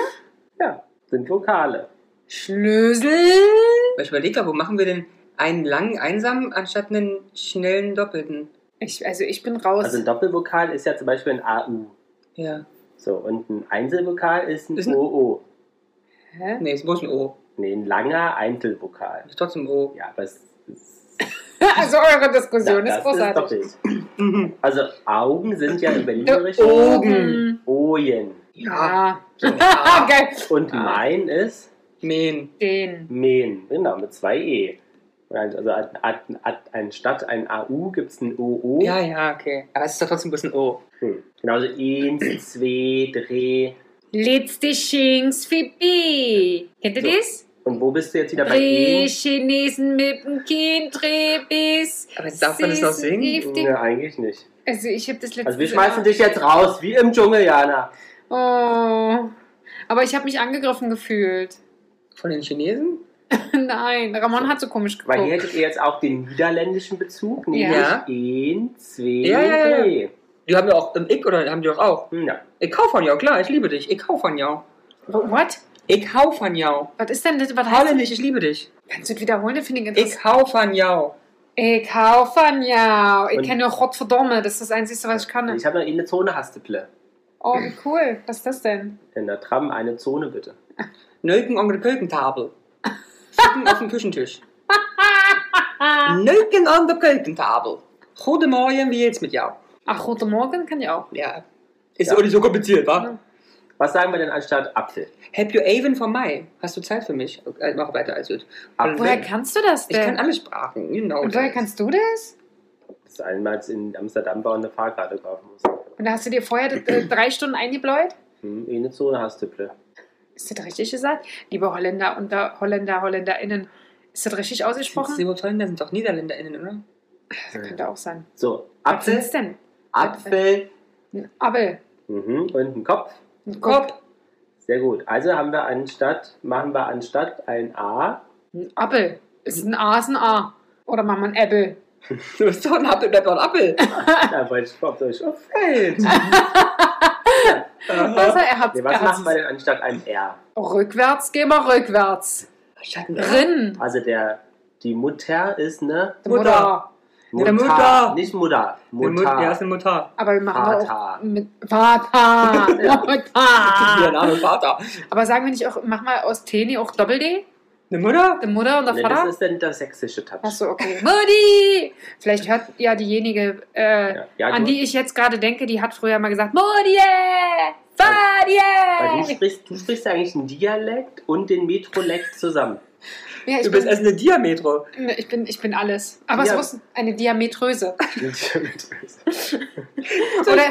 [SPEAKER 1] Ja, sind Vokale.
[SPEAKER 2] Schlüssel?
[SPEAKER 4] Weil ich überlege, wo machen wir denn einen langen einsamen anstatt einen schnellen doppelten?
[SPEAKER 2] Ich, also ich bin raus.
[SPEAKER 1] Also ein Doppelvokal ist ja zum Beispiel ein AU.
[SPEAKER 4] Ja.
[SPEAKER 1] So, und ein Einzelvokal ist ein
[SPEAKER 4] Ist ein-
[SPEAKER 1] OO.
[SPEAKER 2] Hä?
[SPEAKER 4] Nee, es muss ein O.
[SPEAKER 1] Nee, ein langer Einzelvokal.
[SPEAKER 4] Ist trotzdem O.
[SPEAKER 1] Ja, aber es ist,
[SPEAKER 2] Also eure Diskussion
[SPEAKER 1] das
[SPEAKER 2] ist großartig.
[SPEAKER 1] doppelt.
[SPEAKER 4] Mhm.
[SPEAKER 1] Also Augen sind ja im Berlinerischen
[SPEAKER 2] Oben.
[SPEAKER 1] Ojen.
[SPEAKER 2] Ja.
[SPEAKER 4] Ah.
[SPEAKER 2] Geil.
[SPEAKER 1] Und
[SPEAKER 4] Ah.
[SPEAKER 1] mein ist
[SPEAKER 4] Men.
[SPEAKER 2] Den.
[SPEAKER 1] Men, genau, mit zwei E. Also an- an- an- anstatt ein AU gibt es ein OO.
[SPEAKER 4] Ja, ja, okay. Aber es ist doch trotzdem bloß ein O.
[SPEAKER 1] Hm. Genauso eins, zwei, drei.
[SPEAKER 2] Letzte Chance für B. Kennt ihr
[SPEAKER 1] So.
[SPEAKER 2] das?
[SPEAKER 1] Und wo bist du jetzt wieder bei
[SPEAKER 2] Dreh
[SPEAKER 1] E?
[SPEAKER 2] Chinesen mit dem Kind, dreh bis.
[SPEAKER 4] Aber jetzt darf man das noch singen?
[SPEAKER 1] Nee, eigentlich nicht.
[SPEAKER 2] Also ich habe das letzte
[SPEAKER 1] Also wir schmeißen dich jetzt raus, wie im Dschungel, Jana.
[SPEAKER 2] Oh. Aber ich habe mich angegriffen gefühlt.
[SPEAKER 4] Von den Chinesen?
[SPEAKER 2] Nein, Ramon hat so komisch
[SPEAKER 1] Weil hier
[SPEAKER 2] geguckt.
[SPEAKER 1] hättet ihr jetzt auch den niederländischen Bezug, nämlich
[SPEAKER 4] Oh. Ja.
[SPEAKER 1] eins, zwei,
[SPEAKER 4] Ja, ja, ja.
[SPEAKER 1] drei.
[SPEAKER 4] Die haben ja auch im Ick oder haben die doch auch.
[SPEAKER 1] Hm, ja.
[SPEAKER 4] Ich hau von jou, klar, ich liebe dich. Ich hau von jou.
[SPEAKER 2] What?
[SPEAKER 4] Ich hau von jou.
[SPEAKER 2] Was ist denn das? Was heißt das?
[SPEAKER 4] Holländisch, ich liebe dich.
[SPEAKER 2] Kannst du das wiederholen? Das finde ich interessant.
[SPEAKER 4] Ich hau von jou.
[SPEAKER 2] Ich hau von ja. Ich
[SPEAKER 1] Und-
[SPEAKER 2] kenne nur Gottverdomme. Das ist das Einzige, was ich kann.
[SPEAKER 1] Ich habe noch eine Zone, Hasteple.
[SPEAKER 2] Oh, wie cool. Was ist das denn?
[SPEAKER 1] In der Tram eine Zone, bitte.
[SPEAKER 4] Neuken an der Keukentafel. Ficken auf dem Küchentisch. Neuken an der Keukentafel. Goedemorgen, wie geht's mit jou?
[SPEAKER 2] Ach, Guten Morgen kann ich auch.
[SPEAKER 4] Ja. Ist
[SPEAKER 1] Ja.
[SPEAKER 4] auch nicht so kompliziert, wa?
[SPEAKER 1] Was sagen wir denn anstatt Apfel?
[SPEAKER 4] Habt ihr Even von Mai? Hast du Zeit für mich? Äh, mach weiter, also. Und
[SPEAKER 1] Ab-
[SPEAKER 2] Woher
[SPEAKER 4] wenn-
[SPEAKER 2] kannst du das
[SPEAKER 4] ich kann
[SPEAKER 2] denn?
[SPEAKER 4] alle Sprachen,
[SPEAKER 1] Oh,
[SPEAKER 4] genau.
[SPEAKER 2] Und woher kannst du das?
[SPEAKER 1] Das ist einmal in Amsterdam war und eine Fahrkarte kaufen muss.
[SPEAKER 2] Und da hast du dir vorher das, äh, drei Stunden eingebläut?
[SPEAKER 1] Hm, eine Zone, Hasteple.
[SPEAKER 2] Ist das richtig gesagt? Liebe Holländer und da- Holländer, HolländerInnen, ist das richtig
[SPEAKER 4] Sind
[SPEAKER 2] ausgesprochen?
[SPEAKER 4] Sie Holländer sind doch NiederländerInnen, oder?
[SPEAKER 2] Das könnte auch sein.
[SPEAKER 1] So,
[SPEAKER 2] Was
[SPEAKER 1] Apfel,
[SPEAKER 2] ist denn?
[SPEAKER 1] Apfel
[SPEAKER 2] Ein Abel.
[SPEAKER 1] mhm. und ein Kopf.
[SPEAKER 2] Ein Kopf.
[SPEAKER 4] Kopf.
[SPEAKER 1] Sehr gut. Also haben wir anstatt, machen wir anstatt ein A.
[SPEAKER 2] Ein Abel. Ist ein A, ist ein A. Oder machen wir ein Äppel.
[SPEAKER 4] Du bist doch ein Appel, bleib doch ein Appel.
[SPEAKER 1] Da wollte ich Oh, ob euch auffällt.
[SPEAKER 2] Was,
[SPEAKER 4] Aha.
[SPEAKER 2] Also, er hat,
[SPEAKER 1] Nee,
[SPEAKER 2] er
[SPEAKER 1] was
[SPEAKER 2] hat's-
[SPEAKER 1] machen wir denn anstatt einem R?
[SPEAKER 2] Rückwärts, geh mal rückwärts.
[SPEAKER 4] Schatten.
[SPEAKER 2] Rin.
[SPEAKER 1] Also der, die Mutter ist ne
[SPEAKER 4] Mutter.
[SPEAKER 1] Mutter.
[SPEAKER 4] Eine Mutter.
[SPEAKER 1] Nicht Mutter.
[SPEAKER 4] Eine Mut- Ja,
[SPEAKER 1] Mutter.
[SPEAKER 4] ist eine Mutter.
[SPEAKER 2] Aber wir machen
[SPEAKER 1] Vater.
[SPEAKER 2] auch mit Vater.
[SPEAKER 4] Der
[SPEAKER 2] Mutter.
[SPEAKER 4] Name Vater.
[SPEAKER 2] Aber sagen wir nicht auch, mach mal aus Teni auch Doppel-D?
[SPEAKER 4] Eine Mutter?
[SPEAKER 2] Die Mutter und der
[SPEAKER 1] Nee,
[SPEAKER 2] Vater?
[SPEAKER 1] das ist denn der sächsische Touch.
[SPEAKER 2] Achso, okay. Mutti! Vielleicht hört ja diejenige, äh,
[SPEAKER 1] Ja, ja
[SPEAKER 2] an
[SPEAKER 1] du,
[SPEAKER 2] die ich jetzt gerade denke, die hat früher mal gesagt, äh, Mutti!
[SPEAKER 1] weil Also du,
[SPEAKER 2] Fadie!
[SPEAKER 1] sprichst, du sprichst eigentlich einen Dialekt und den Metrolekt zusammen.
[SPEAKER 2] Ja, ich
[SPEAKER 4] Du bist
[SPEAKER 2] bin,
[SPEAKER 4] erst eine Diametro.
[SPEAKER 2] ich bin, ich bin alles. Aber es
[SPEAKER 1] Ja.
[SPEAKER 2] muss eine Diametröse.
[SPEAKER 1] Diametröse.
[SPEAKER 2] Oder,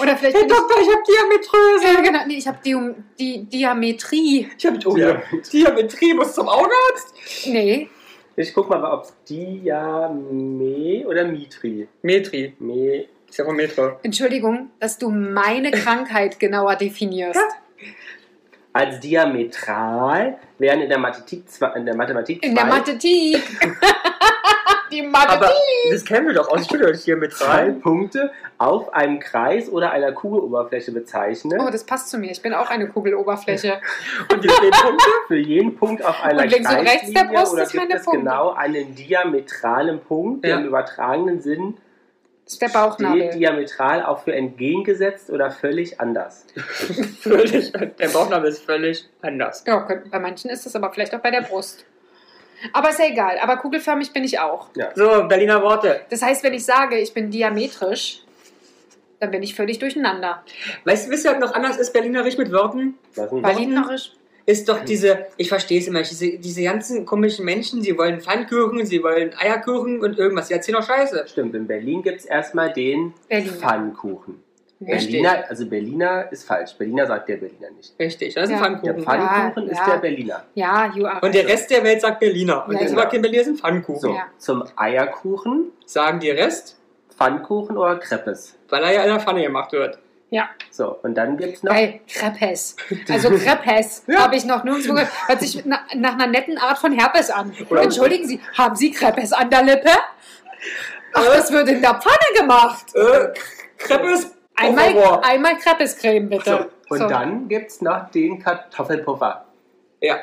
[SPEAKER 2] oder vielleicht
[SPEAKER 4] Herr
[SPEAKER 2] bin ich,
[SPEAKER 4] Doktor, ich hab Diametröse.
[SPEAKER 2] Ja, genau, nee, ich habe die, die Diametrie.
[SPEAKER 4] Ich hab oh, ja. Diametrie, muss zum Augenarzt.
[SPEAKER 2] Nee,
[SPEAKER 1] Ich guck mal, ob es Diame oder Mitri.
[SPEAKER 4] Metri.
[SPEAKER 1] Me
[SPEAKER 4] Ist ja von Metro.
[SPEAKER 2] Entschuldigung, dass du meine Krankheit genauer definierst.
[SPEAKER 1] Als diametral wären in der Mathematik zwei, in der Mathematik
[SPEAKER 2] In der
[SPEAKER 1] zwei-
[SPEAKER 2] Mathetik. die Mathe.
[SPEAKER 4] Aber das kennen wir doch aus dem Studio,
[SPEAKER 1] zwei
[SPEAKER 4] Diametral.
[SPEAKER 1] Punkte auf einem Kreis oder einer Kugeloberfläche bezeichnet.
[SPEAKER 2] Oh, das passt zu mir. Ich bin auch eine Kugeloberfläche.
[SPEAKER 4] Und wie viele Punkte?
[SPEAKER 1] Für jeden Punkt auf einer
[SPEAKER 2] Und links und rechts der
[SPEAKER 1] Kreislinie
[SPEAKER 2] Brust
[SPEAKER 1] oder
[SPEAKER 2] ist
[SPEAKER 1] gibt
[SPEAKER 2] meine
[SPEAKER 1] es
[SPEAKER 2] Punkte.
[SPEAKER 1] genau einen diametralen Punkt, der
[SPEAKER 4] Ja.
[SPEAKER 1] im übertragenen Sinn
[SPEAKER 2] ist der Bauchnabel.
[SPEAKER 1] Steht diametral auch für entgegengesetzt oder völlig anders.
[SPEAKER 4] Völlig, der Bauchnabel ist völlig anders.
[SPEAKER 2] Ja, könnte- bei manchen ist das aber vielleicht auch bei der Brust. Aber ist ja egal. Aber kugelförmig bin ich auch.
[SPEAKER 4] So, Berliner Worte.
[SPEAKER 2] Das heißt, wenn ich sage, ich bin diametrisch, dann bin ich völlig durcheinander.
[SPEAKER 4] Weißt du, wisst ihr, was noch anders ist Berlinerisch mit Worten?
[SPEAKER 1] Was denn?
[SPEAKER 2] Berlinerisch.
[SPEAKER 4] Ist doch diese, ich verstehe es immer, nicht, diese, diese ganzen komischen Menschen, sie wollen Pfannkuchen, sie wollen Eierkuchen und irgendwas. Sie erzählen doch Scheiße.
[SPEAKER 1] Stimmt, in Berlin gibt es erstmal den
[SPEAKER 2] Berliner.
[SPEAKER 1] Pfannkuchen.
[SPEAKER 4] Richtig.
[SPEAKER 1] Berliner, also Berliner ist falsch. Berliner sagt der Berliner nicht.
[SPEAKER 4] Richtig, das ist
[SPEAKER 2] Ja.
[SPEAKER 4] ein
[SPEAKER 1] Der
[SPEAKER 4] Pfannkuchen.
[SPEAKER 1] Pfannkuchen
[SPEAKER 2] Ja,
[SPEAKER 1] ist
[SPEAKER 2] ja.
[SPEAKER 1] der Berliner.
[SPEAKER 2] Ja, you are.
[SPEAKER 4] Und der Rest der Welt sagt Berliner. Und
[SPEAKER 2] Ja,
[SPEAKER 4] der
[SPEAKER 2] genau.
[SPEAKER 4] Berliner ist ein Pfannkuchen.
[SPEAKER 1] So,
[SPEAKER 2] Ja.
[SPEAKER 1] zum Eierkuchen,
[SPEAKER 4] Sagen die Rest,
[SPEAKER 1] Pfannkuchen oder Kreppes.
[SPEAKER 4] weil er ja in der Pfanne gemacht wird.
[SPEAKER 2] ja,
[SPEAKER 1] So, und dann gibt es noch
[SPEAKER 2] bei Krepes. Also Krepes
[SPEAKER 4] Ja.
[SPEAKER 2] habe ich noch nirgendwo gehört. Hört sich na, nach einer netten Art von Herpes an.
[SPEAKER 4] Oder-
[SPEAKER 2] Entschuldigen Sie, haben Sie Krepes an der Lippe? Ach, das wird in der Pfanne gemacht.
[SPEAKER 4] Äh, Kreppe ist
[SPEAKER 2] Einmal,
[SPEAKER 4] Au revoir.
[SPEAKER 2] einmal Krepescreme, bitte.
[SPEAKER 1] Und dann gibt es noch den Kartoffelpuffer.
[SPEAKER 4] Ja,
[SPEAKER 1] Und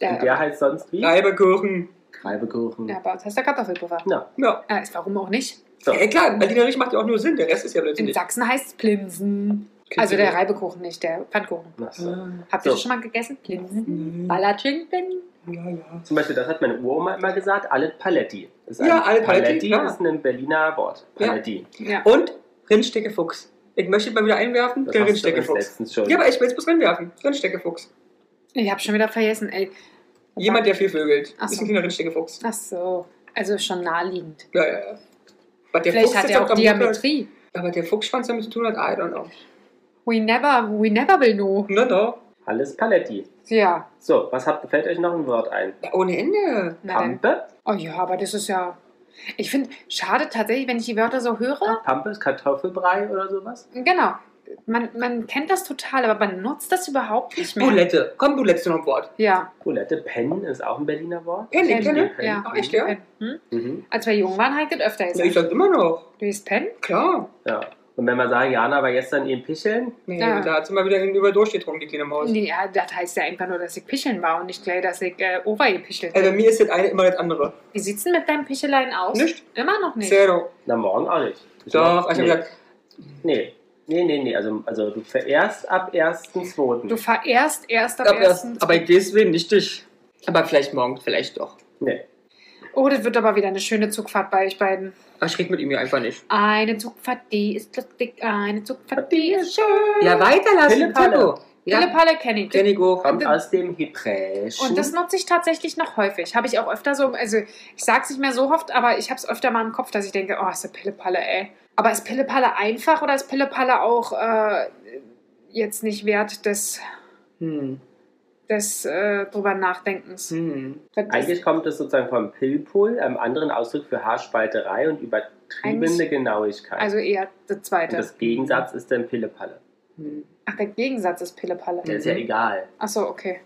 [SPEAKER 2] Der,
[SPEAKER 1] der heißt sonst wie?
[SPEAKER 4] Reibekuchen.
[SPEAKER 1] Kreibekuchen.
[SPEAKER 2] ja, bei uns heißt der Kartoffelpuffer.
[SPEAKER 1] Ja.
[SPEAKER 4] Ja.
[SPEAKER 2] Äh, ist warum auch nicht?
[SPEAKER 1] So.
[SPEAKER 4] ja, klar, Berlinerisch macht ja auch nur Sinn, der Rest ist ja
[SPEAKER 2] In
[SPEAKER 4] blödsinnig.
[SPEAKER 2] Sachsen heißt es Plinsen.
[SPEAKER 4] Kennst
[SPEAKER 2] Also
[SPEAKER 4] du
[SPEAKER 2] der
[SPEAKER 4] das?
[SPEAKER 2] Reibekuchen, nicht der Pfannkuchen.
[SPEAKER 1] Ach so.
[SPEAKER 4] Ah,
[SPEAKER 2] Habt ihr
[SPEAKER 1] So.
[SPEAKER 2] das schon mal gegessen? Plinsen?
[SPEAKER 4] Mhm.
[SPEAKER 2] Ballatschinken?
[SPEAKER 4] Ja, ja.
[SPEAKER 1] Zum Beispiel, das hat meine Uroma immer gesagt, alle Paletti. Ist
[SPEAKER 4] Ja, alle Paletti, klar.
[SPEAKER 1] ist ein Berliner Wort.
[SPEAKER 4] Ja.
[SPEAKER 1] Paletti.
[SPEAKER 2] Ja.
[SPEAKER 4] Und Rindsteckefuchs. Ich möchte mal wieder einwerfen,
[SPEAKER 1] Das
[SPEAKER 4] der
[SPEAKER 1] hast du uns
[SPEAKER 4] Rindsteckefuchs.
[SPEAKER 1] letztens schon.
[SPEAKER 4] Ja, aber ich will es bloß reinwerfen. Rindsteckefuchs.
[SPEAKER 2] Ich habe schon wieder vergessen, ey.
[SPEAKER 4] Jemand, der viel vögelt.
[SPEAKER 2] Ach
[SPEAKER 4] Ist
[SPEAKER 2] so.
[SPEAKER 4] ein kleiner Rindsteckefuchs.
[SPEAKER 2] Ach so, also schon naheliegend.
[SPEAKER 4] Ja, ja, ja. Was der
[SPEAKER 2] Vielleicht
[SPEAKER 4] Fuchs
[SPEAKER 2] hat
[SPEAKER 4] jetzt
[SPEAKER 2] er auch
[SPEAKER 4] am
[SPEAKER 2] Diametrie.
[SPEAKER 4] Montag- Aber der Fuchsschwanz damit zu tun hat, I don't know.
[SPEAKER 2] We never, we never will know.
[SPEAKER 4] No, no.
[SPEAKER 1] Alles Paletti.
[SPEAKER 2] Ja,
[SPEAKER 1] So, was habt, fällt euch noch ein Wort ein?
[SPEAKER 4] Ja, Ohne Ende.
[SPEAKER 2] na dann.
[SPEAKER 1] Pampe?
[SPEAKER 2] Oh ja, aber das ist ja. Ich finde, schade tatsächlich, wenn ich die Wörter so höre.
[SPEAKER 1] Pampe ist Kartoffelbrei oder sowas?
[SPEAKER 2] Genau. Man, man kennt das total, aber man nutzt das überhaupt nicht mehr.
[SPEAKER 4] Boulette. Komm, Boulette ist noch ein Wort.
[SPEAKER 2] Ja.
[SPEAKER 1] Bulette. Pennen ist auch ein Berliner Wort.
[SPEAKER 4] Pennen,
[SPEAKER 1] Pennen,
[SPEAKER 4] Pennen?
[SPEAKER 1] Pennen.
[SPEAKER 2] Ja.
[SPEAKER 4] ne? Ach, echt, ja?
[SPEAKER 2] Hm?
[SPEAKER 1] Mhm.
[SPEAKER 2] Als wir jung waren, halt das öfter
[SPEAKER 4] Ja, ich
[SPEAKER 2] gesagt.
[SPEAKER 4] sag immer noch.
[SPEAKER 2] Du bist Pen?
[SPEAKER 4] Klar.
[SPEAKER 1] ja. Und wenn wir sagen, Jana war gestern eben picheln,
[SPEAKER 4] Nee,
[SPEAKER 2] Ja.
[SPEAKER 4] da hat sie mal wieder über durchgetrunken, die kleine Maus.
[SPEAKER 2] Nee, ja, das heißt ja einfach nur, dass ich picheln war und nicht gleich, dass ich äh, overgepichelt
[SPEAKER 4] Ey, bei
[SPEAKER 2] bin.
[SPEAKER 4] mir ist das eine immer das andere.
[SPEAKER 2] Wie sieht's denn mit deinem Pichelein aus?
[SPEAKER 4] Nicht.
[SPEAKER 2] Immer noch nicht.
[SPEAKER 4] Zero.
[SPEAKER 1] na morgen auch nicht. Ich
[SPEAKER 4] Doch, also ich hab
[SPEAKER 1] nee.
[SPEAKER 4] gesagt,
[SPEAKER 1] nee. Nee, nee, nee. Also, also du verehrst ab 1.2.
[SPEAKER 2] Du verehrst erst am
[SPEAKER 4] ab erst,
[SPEAKER 2] ersten.
[SPEAKER 4] aber ich deswegen nicht dich. Aber vielleicht morgen, vielleicht doch.
[SPEAKER 1] Nee.
[SPEAKER 2] Oh, das wird aber wieder eine schöne Zugfahrt bei euch beiden.
[SPEAKER 4] Aber ich rede mit ihm ja einfach nicht.
[SPEAKER 2] Eine Zugfahrt, die ist lustig. Eine Zugfahrt, die ist schön.
[SPEAKER 4] Ja, weiterlassen,
[SPEAKER 1] Philipp Halle.
[SPEAKER 4] Taco.
[SPEAKER 2] Ja.
[SPEAKER 4] Ja,
[SPEAKER 2] Palle kenne ich.
[SPEAKER 4] kenn ich auch.
[SPEAKER 1] Kommt
[SPEAKER 2] Und-
[SPEAKER 1] aus dem Hebräischen.
[SPEAKER 2] Und das nutze ich tatsächlich noch häufig. Habe ich auch öfter so, also ich sage es nicht mehr so oft, aber ich habe es öfter mal im Kopf, dass ich denke, oh, ist der Pillepalle, ey. Aber ist Pillepalle einfach oder ist Pillepalle auch äh, jetzt nicht wert des,
[SPEAKER 4] Hm.
[SPEAKER 2] des äh, drüber Nachdenkens?
[SPEAKER 4] Hm.
[SPEAKER 2] Das-
[SPEAKER 1] Eigentlich kommt es sozusagen vom Pilpul, einem anderen Ausdruck für Haarspalterei und übertriebene
[SPEAKER 2] Eigentlich-
[SPEAKER 1] Genauigkeit.
[SPEAKER 2] also eher der
[SPEAKER 1] und
[SPEAKER 2] zweite.
[SPEAKER 1] das Gegensatz ist dann Pillepalle.
[SPEAKER 4] Hm.
[SPEAKER 2] Ach, der Gegensatz ist Pillepalle.
[SPEAKER 1] Der ist ja
[SPEAKER 4] Mhm.
[SPEAKER 1] egal.
[SPEAKER 2] Ach so, okay.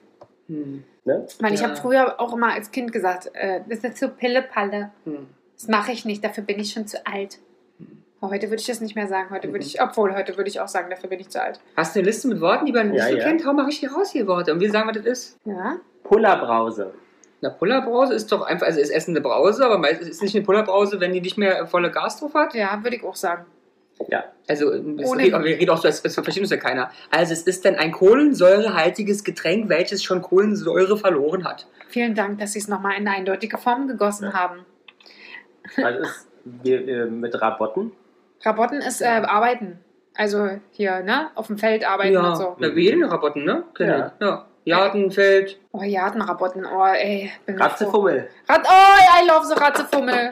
[SPEAKER 4] Hm.
[SPEAKER 1] Ne?
[SPEAKER 2] Ich meine, ich
[SPEAKER 4] Ja.
[SPEAKER 2] habe früher auch immer als Kind gesagt, äh, das ist so Pillepalle.
[SPEAKER 4] Hm.
[SPEAKER 2] Das mache ich nicht, dafür bin ich schon zu alt.
[SPEAKER 4] Hm.
[SPEAKER 2] Aber heute würde ich das nicht mehr sagen. Heute würde
[SPEAKER 4] Mhm.
[SPEAKER 2] ich, obwohl, heute würde ich auch sagen, dafür bin ich zu alt.
[SPEAKER 4] Hast du eine Liste mit Worten, die man nicht
[SPEAKER 1] Ja,
[SPEAKER 4] so
[SPEAKER 1] ja.
[SPEAKER 4] kennt? Hau mal richtig raus hier Worte. Und wir sagen, was das ist.
[SPEAKER 2] Ja?
[SPEAKER 1] Pullerbrause.
[SPEAKER 4] Eine Pullerbrause ist doch einfach, also ist Essen eine Brause, aber meistens ist es nicht eine Pullerbrause, wenn die nicht mehr volle Gas drauf hat.
[SPEAKER 2] Ja, würde ich auch sagen.
[SPEAKER 1] Ja.
[SPEAKER 4] Also, es
[SPEAKER 2] Ohne-
[SPEAKER 4] redet- aber wir reden auch so, als als versteht uns ja keiner. Also, es ist dann ein kohlensäurehaltiges Getränk, welches schon Kohlensäure verloren hat.
[SPEAKER 2] Vielen Dank, dass Sie es nochmal in eine eindeutige Form gegossen
[SPEAKER 1] Ja.
[SPEAKER 2] haben.
[SPEAKER 1] Also ist, wir, äh, mit Rabotten.
[SPEAKER 2] Rabotten ist äh, Arbeiten. Also hier, ne? Auf dem Feld arbeiten
[SPEAKER 4] ja,
[SPEAKER 2] und so.
[SPEAKER 4] na, wie jeden Rabotten, ne? Kenn
[SPEAKER 1] Ja.
[SPEAKER 4] ich. ja. Jartenfeld.
[SPEAKER 2] Oh, Jartenrabotten. Oh, ey. Bin so froh.
[SPEAKER 1] Ratzefummel.
[SPEAKER 2] Rat oh, I love so Ratzefummel.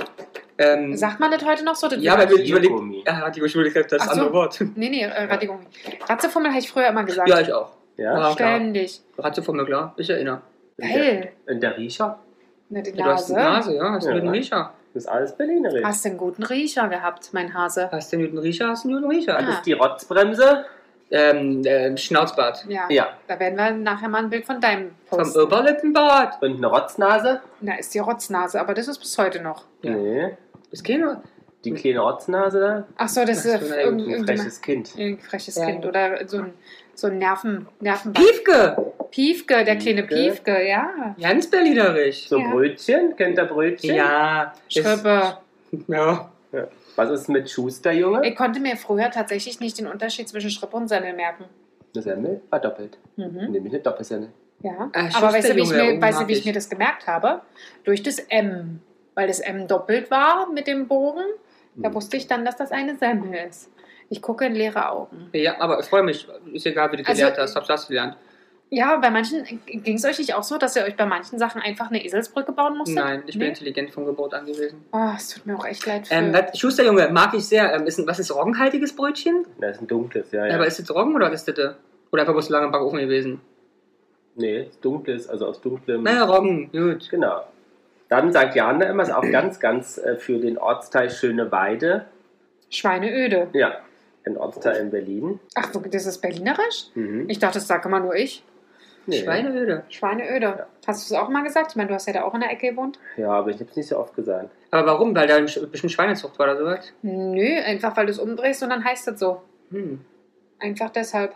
[SPEAKER 4] Ähm,
[SPEAKER 2] Sagt man das heute noch so? Das
[SPEAKER 4] ja,
[SPEAKER 2] wird-
[SPEAKER 4] weil wir
[SPEAKER 1] Radiergummi.
[SPEAKER 4] überlegt. Ja, die Geschwindigkeit, das
[SPEAKER 2] Ach so.
[SPEAKER 4] andere Wort.
[SPEAKER 2] Nee, nee, äh, Radiergummi. Ratzefummel habe ich früher immer gesagt.
[SPEAKER 4] Ja, ich auch.
[SPEAKER 1] Ja.
[SPEAKER 4] Ja, klar.
[SPEAKER 2] Ständig.
[SPEAKER 4] Ratze von mir, klar. Ich erinnere.
[SPEAKER 1] Und der-
[SPEAKER 2] Geil.
[SPEAKER 1] Und der Riecher.
[SPEAKER 2] Na, ne, die
[SPEAKER 4] Ja, du hast
[SPEAKER 2] Nase.
[SPEAKER 4] eine Nase, ja. Hast du
[SPEAKER 1] Ja.
[SPEAKER 4] einen guten Riecher?
[SPEAKER 1] Das ist alles Berlinerisch.
[SPEAKER 2] Hast du einen guten Riecher gehabt, mein Hase?
[SPEAKER 4] Hast du einen guten Riecher? Hast du einen guten Riecher?
[SPEAKER 1] Das
[SPEAKER 2] Ah.
[SPEAKER 1] ist die Rotzbremse.
[SPEAKER 4] Ähm, äh, Schnauzbart.
[SPEAKER 2] Ja.
[SPEAKER 1] Ja.
[SPEAKER 2] Da werden wir nachher mal ein Bild von deinem
[SPEAKER 4] Vom
[SPEAKER 2] posten.
[SPEAKER 4] Oberlippenbart.
[SPEAKER 1] Und eine Rotznase.
[SPEAKER 2] Na, ist die Rotznase, aber das ist bis heute noch.
[SPEAKER 4] Ja.
[SPEAKER 1] Nee.
[SPEAKER 4] Ist keiner.
[SPEAKER 1] Die kleine Rotznase da.
[SPEAKER 2] Ach so, das
[SPEAKER 4] Das
[SPEAKER 2] ist
[SPEAKER 4] ist so ein
[SPEAKER 2] irgend-
[SPEAKER 1] Ein
[SPEAKER 2] irgendjemand-
[SPEAKER 1] freches Kind.
[SPEAKER 2] irgendein freches
[SPEAKER 4] Ja.
[SPEAKER 2] Kind oder so ein, so ein Nerven, Nervenband.
[SPEAKER 4] Piefke!
[SPEAKER 2] Piefke, der kleine
[SPEAKER 1] Piefke.
[SPEAKER 2] Piefke, ja.
[SPEAKER 4] Ganz Berlinerisch.
[SPEAKER 1] So
[SPEAKER 2] Ja.
[SPEAKER 1] Brötchen. Kennt ihr Brötchen?
[SPEAKER 4] Ja. ist-
[SPEAKER 2] Schrippe.
[SPEAKER 4] Ja.
[SPEAKER 1] Ja. Was ist mit Schuster, Junge?
[SPEAKER 2] Ich konnte mir früher tatsächlich nicht den Unterschied zwischen Schripp und Semmel merken.
[SPEAKER 1] Eine Semmel war Ah, doppelt.
[SPEAKER 2] Mhm.
[SPEAKER 1] Nämlich eine Doppelsemmel.
[SPEAKER 2] Ja.
[SPEAKER 4] Ah,
[SPEAKER 2] Aber weißt du, wie ich,
[SPEAKER 4] Schusterjunge,
[SPEAKER 2] mir, weißt du, wie ich
[SPEAKER 4] unhaftig.
[SPEAKER 2] mir das gemerkt habe? Durch das M. Weil das M doppelt war mit dem Bogen.
[SPEAKER 1] Hm.
[SPEAKER 4] Hm.
[SPEAKER 2] Da wusste ich dann, dass das eine Semmel ist. Ich gucke in leere Augen.
[SPEAKER 4] Ja, aber ich freue mich. Ist egal, wie du
[SPEAKER 2] Also-
[SPEAKER 4] gelernt hast. Hab's das gelernt.
[SPEAKER 2] Ja, bei manchen ging es euch nicht auch so, dass ihr euch bei manchen Sachen einfach eine Eselsbrücke bauen musstet?
[SPEAKER 4] Nein, ich
[SPEAKER 2] Nee?
[SPEAKER 4] bin intelligent von Geburt an gewesen.
[SPEAKER 2] Oh, es tut mir auch echt leid für.
[SPEAKER 4] Ähm, was- Schusterjunge, mag ich sehr. Ähm, ist ein, was ist roggenhaltiges Brötchen?
[SPEAKER 1] Das ist ein dunkles, ja. Hm. ja.
[SPEAKER 4] Aber ist das Roggen oder was ist das? Oder einfach bloß lange im Backofen gewesen?
[SPEAKER 1] nee, ist dunkles, also aus dunklem.
[SPEAKER 4] Naja, Roggen, gut.
[SPEAKER 1] Genau. Dann sagt Jana immer, ist auch ganz, ganz äh, für den Ortsteil Schöne Weide.
[SPEAKER 2] Schweineöde.
[SPEAKER 1] Ja, ein Ortsteil in Berlin.
[SPEAKER 2] Ach, so, das ist berlinerisch?
[SPEAKER 1] Mhm.
[SPEAKER 2] Ich dachte, das sage immer nur ich.
[SPEAKER 1] Nee.
[SPEAKER 4] Schweineöde.
[SPEAKER 2] Schweineöde. Hast du es auch mal gesagt? Ich meine, du hast ja da auch in der Ecke gewohnt.
[SPEAKER 1] Ja, aber ich habe es nicht so oft gesagt.
[SPEAKER 4] Aber warum? Weil da ein Sch- bestimmt Schweinezucht war oder sowas?
[SPEAKER 2] Nö, einfach weil du es umdrehst und dann heißt das so.
[SPEAKER 4] Hm.
[SPEAKER 2] Einfach deshalb.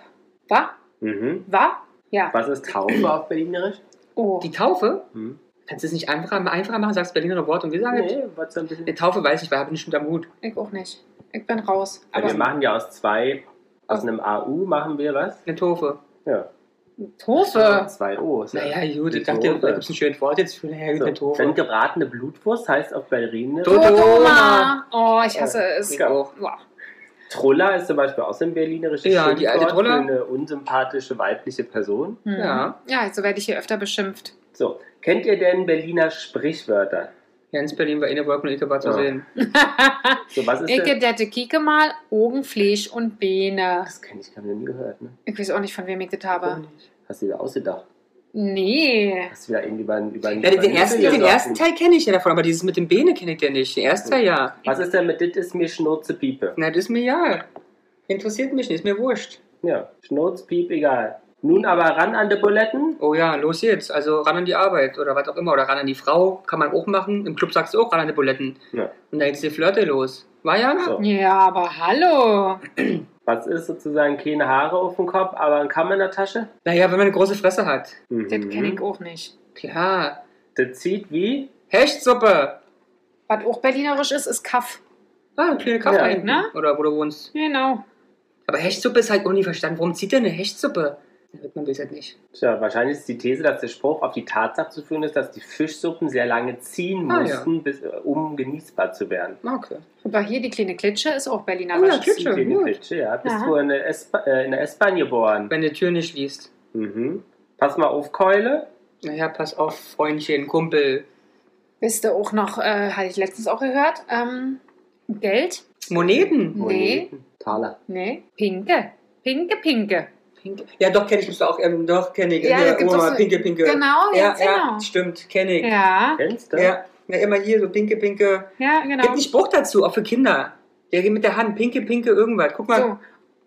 [SPEAKER 2] War?
[SPEAKER 1] Mhm.
[SPEAKER 2] War? Ja.
[SPEAKER 1] Was ist Taufe auf Berlinerisch?
[SPEAKER 2] Oh.
[SPEAKER 4] Die Taufe?
[SPEAKER 1] Hm?
[SPEAKER 4] Kannst du es nicht einfacher, einfacher machen? Sagst Berliner Wort und wir sagen es?
[SPEAKER 1] Nee, was so ein bisschen.
[SPEAKER 4] Eine Taufe weiß ich, weil habe ich bestimmt am Hut.
[SPEAKER 2] Ich auch nicht. Ich bin raus.
[SPEAKER 1] Weil wir
[SPEAKER 2] Aber
[SPEAKER 1] machen ja aus zwei, aus
[SPEAKER 2] Aus-
[SPEAKER 1] einem AU machen wir was?
[SPEAKER 4] Eine Taufe.
[SPEAKER 1] Ja.
[SPEAKER 2] Tofe.
[SPEAKER 1] Zwei O's. ja.
[SPEAKER 4] Äh, Naja, gut,
[SPEAKER 1] Eine
[SPEAKER 4] ich dachte,
[SPEAKER 1] Taufe.
[SPEAKER 4] da gibt es ein schönes Wort jetzt für naja, gut, eine
[SPEAKER 1] So. Wenn
[SPEAKER 4] Taufe.
[SPEAKER 1] gebratene Blutwurst heißt auf Berlinerisch.
[SPEAKER 4] Tot-
[SPEAKER 2] Totoma. Oh, ich hasse es.
[SPEAKER 4] Ich auch.
[SPEAKER 2] Wow.
[SPEAKER 1] Troller ist zum Beispiel auch so ein berlinerisches
[SPEAKER 4] Ja, die alte
[SPEAKER 1] Schimpfwort
[SPEAKER 4] Troller.
[SPEAKER 1] für eine unsympathische weibliche Person.
[SPEAKER 2] Hm.
[SPEAKER 4] Ja.
[SPEAKER 2] Ja, so werde ich hier öfter beschimpft.
[SPEAKER 1] So, kennt ihr denn Berliner Sprichwörter?
[SPEAKER 4] Ja, in Berlin war Inneburg und Ike war zu
[SPEAKER 1] Ja.
[SPEAKER 4] sehen.
[SPEAKER 1] So, was ist
[SPEAKER 2] Ich
[SPEAKER 1] denn?
[SPEAKER 2] gedette Kike mal, Augen, Fleisch und Beine.
[SPEAKER 1] Das kenn ich, hab ich noch nie gehört. Ne?
[SPEAKER 2] Ich weiß auch nicht, von wem ich das habe.
[SPEAKER 1] Hast du wieder ausgedacht?
[SPEAKER 2] Nee.
[SPEAKER 1] Hast du wieder irgendwie über, über
[SPEAKER 4] Ja, den, den, ersten, den ersten Teil kenne ich ja davon, aber dieses mit dem Bene kenne ich ja nicht. Den ersten Teil ja.
[SPEAKER 1] Was ist denn mit Dit ist mir Schnurzepiepe?
[SPEAKER 4] Na, das ist mir ja. Interessiert mich nicht, ist mir wurscht.
[SPEAKER 1] Ja, Schnurzpiep, egal. Nun aber ran an die Buletten.
[SPEAKER 4] Oh ja, los jetzt. Also ran an die Arbeit oder was auch immer. Oder ran an die Frau. Kann man auch machen. Im Club sagst du auch ran an die Buletten.
[SPEAKER 1] Ja.
[SPEAKER 4] Und da geht's die Flirte los. War ja?
[SPEAKER 1] So.
[SPEAKER 2] Ja, aber hallo.
[SPEAKER 1] Was ist sozusagen keine Haare auf dem Kopf, aber ein Kamm in der Tasche?
[SPEAKER 4] Naja, wenn man eine große Fresse hat.
[SPEAKER 1] Mhm.
[SPEAKER 2] Das kenne ich auch nicht.
[SPEAKER 4] Klar.
[SPEAKER 1] Das zieht wie?
[SPEAKER 4] Hechtsuppe.
[SPEAKER 2] Was auch berlinerisch ist, ist Kaff.
[SPEAKER 4] Ah, ein kleiner Kaffee.
[SPEAKER 1] Ja,
[SPEAKER 4] hinten.
[SPEAKER 2] ne?
[SPEAKER 4] Oder wo du wohnst.
[SPEAKER 2] Genau.
[SPEAKER 4] Aber Hechtsuppe ist halt auch nie verstanden. Warum zieht denn eine Hechtsuppe? Da wird man besser nicht.
[SPEAKER 1] Tja, wahrscheinlich ist die These, dass der Spruch auf die Tatsache zu führen ist, dass die Fischsuppen sehr lange ziehen
[SPEAKER 4] Ah, ja.
[SPEAKER 1] mussten, bis, um genießbar zu werden.
[SPEAKER 4] Na, Okay.
[SPEAKER 2] Aber hier die kleine Klitsche ist auch
[SPEAKER 4] Oh ja,
[SPEAKER 1] Ah,
[SPEAKER 2] berlinerisch.
[SPEAKER 1] Die
[SPEAKER 4] Klitsche.
[SPEAKER 1] kleine
[SPEAKER 4] gut.
[SPEAKER 1] Klitsche, ja. Bist
[SPEAKER 2] Ja.
[SPEAKER 1] du in der S- äh, in der S-Bahn geboren?
[SPEAKER 4] Wenn die Tür nicht schließt.
[SPEAKER 1] Mhm. Pass mal auf, Keule.
[SPEAKER 4] Naja, pass auf, Freundchen, Kumpel.
[SPEAKER 2] Wisst ihr auch noch, äh, hatte ich letztens auch gehört, ähm, Geld?
[SPEAKER 4] Moneten.
[SPEAKER 2] Nee.
[SPEAKER 1] Oh, Taler.
[SPEAKER 2] Nee. Pinke. Pinke, Pinke.
[SPEAKER 4] Pinke. Ja, doch, kenne ich. Muss auch, ähm, doch, kenne ich.
[SPEAKER 2] Ja,
[SPEAKER 4] Hier,
[SPEAKER 2] das gibt's
[SPEAKER 4] Oma,
[SPEAKER 2] auch so-
[SPEAKER 4] Pinke, Pinke.
[SPEAKER 2] Genau,
[SPEAKER 4] ja,
[SPEAKER 2] jetzt
[SPEAKER 4] ja, stimmt, kenne ich.
[SPEAKER 2] genau. Ja,
[SPEAKER 1] Kennst du?
[SPEAKER 4] Ja. ja, immer hier so pinke, pinke.
[SPEAKER 2] ja,
[SPEAKER 4] Gibt
[SPEAKER 2] genau.
[SPEAKER 4] einen Spruch dazu, auch für Kinder. Der geht mit der Hand, pinke, pinke, irgendwas. Guck mal,
[SPEAKER 2] So,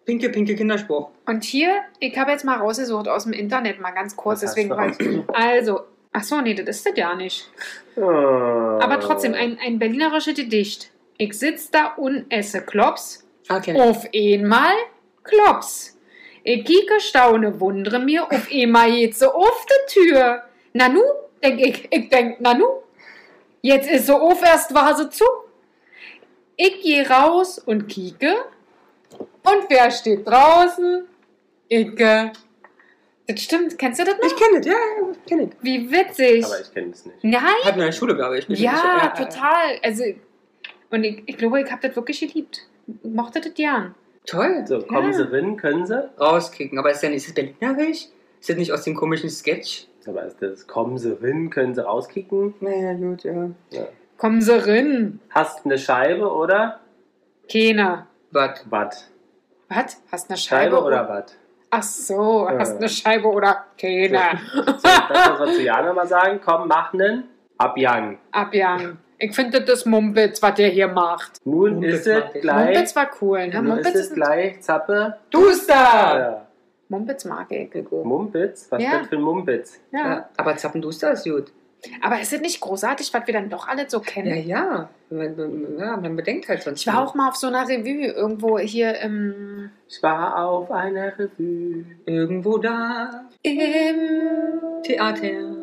[SPEAKER 4] pinke, pinke Kinderspruch.
[SPEAKER 2] und hier, ich habe jetzt mal rausgesucht aus dem Internet, mal ganz kurz,
[SPEAKER 1] Was hast
[SPEAKER 2] deswegen
[SPEAKER 1] du
[SPEAKER 2] war ich. Also, ach so, nee, das ist das ja nicht.
[SPEAKER 1] Oh.
[SPEAKER 2] Aber trotzdem,
[SPEAKER 1] Äh.
[SPEAKER 2] ein, ein berlinerisches Gedicht. Ich sitz da und esse Klops.
[SPEAKER 4] Ah, kenn ich.
[SPEAKER 2] Auf einmal klops. Ich kieke, staune, wundere mir, auf einmal geht sie auf die Tür. Nanu, denk ich, ich denk, Nanu, jetzt ist sie auf, erst war sie zu. Ich geh raus und kieke. Und wer steht draußen? Icke. Das stimmt, kennst du das noch?
[SPEAKER 4] Ich kenne das, ja, ja, kenne ich.
[SPEAKER 2] Wie witzig.
[SPEAKER 1] Aber ich kenne es nicht.
[SPEAKER 2] Nein?
[SPEAKER 4] Hat man in der Schule, glaube ich.
[SPEAKER 2] Ja, total. Also, und ich, ich glaube, ich habe das wirklich geliebt. Ich Mochte das gern.
[SPEAKER 4] äh, Toll.
[SPEAKER 1] So, kommen
[SPEAKER 2] Ja.
[SPEAKER 1] Sie rin, können Sie?
[SPEAKER 4] Rauskicken. Aber ist, denn, ist das Berlinerisch? Ist das nicht aus dem komischen Sketch?
[SPEAKER 1] Aber ist das, kommen Sie rin, können Sie rauskicken?
[SPEAKER 4] Naja, gut, ja.
[SPEAKER 2] Kommen Sie rin.
[SPEAKER 1] Hast eine Scheibe oder
[SPEAKER 2] Keiner.
[SPEAKER 4] Was?
[SPEAKER 1] wat?
[SPEAKER 2] Was? Hast eine Scheibe,
[SPEAKER 1] Scheibe oder wat?
[SPEAKER 2] Ach so,
[SPEAKER 1] Ja.
[SPEAKER 2] hast eine Scheibe oder keiner.
[SPEAKER 1] So, das, was wir zu Jana mal sagen, komm, mach nen Abjang.
[SPEAKER 2] Abjagen. Ich finde das Mumpitz, was der hier macht.
[SPEAKER 1] Nun
[SPEAKER 4] Mumpitz
[SPEAKER 1] ist
[SPEAKER 4] mag
[SPEAKER 1] es
[SPEAKER 4] ich.
[SPEAKER 1] gleich.
[SPEAKER 2] Mumpitz war cool. Ne?
[SPEAKER 1] Nun ist
[SPEAKER 2] Mumpitz,
[SPEAKER 1] es
[SPEAKER 2] ist ein,
[SPEAKER 1] gleich, Zappe.
[SPEAKER 4] Du ist da!
[SPEAKER 1] Ja.
[SPEAKER 2] Mumpitz mag ich.
[SPEAKER 1] Mumpitz? Was
[SPEAKER 2] Ja.
[SPEAKER 1] ist das für ein Mumpitz?
[SPEAKER 2] Ja.
[SPEAKER 4] Ja, aber Zappenduster ist gut.
[SPEAKER 2] Aber ist es nicht großartig, was wir dann doch alle so kennen?
[SPEAKER 4] Ja, ja. Man, man, ja, man bedenkt halt sonst.
[SPEAKER 2] Ich war auch mal auf so einer Revue irgendwo hier im.
[SPEAKER 1] Ich war auf einer Revue.
[SPEAKER 4] irgendwo da.
[SPEAKER 2] im
[SPEAKER 4] Theater.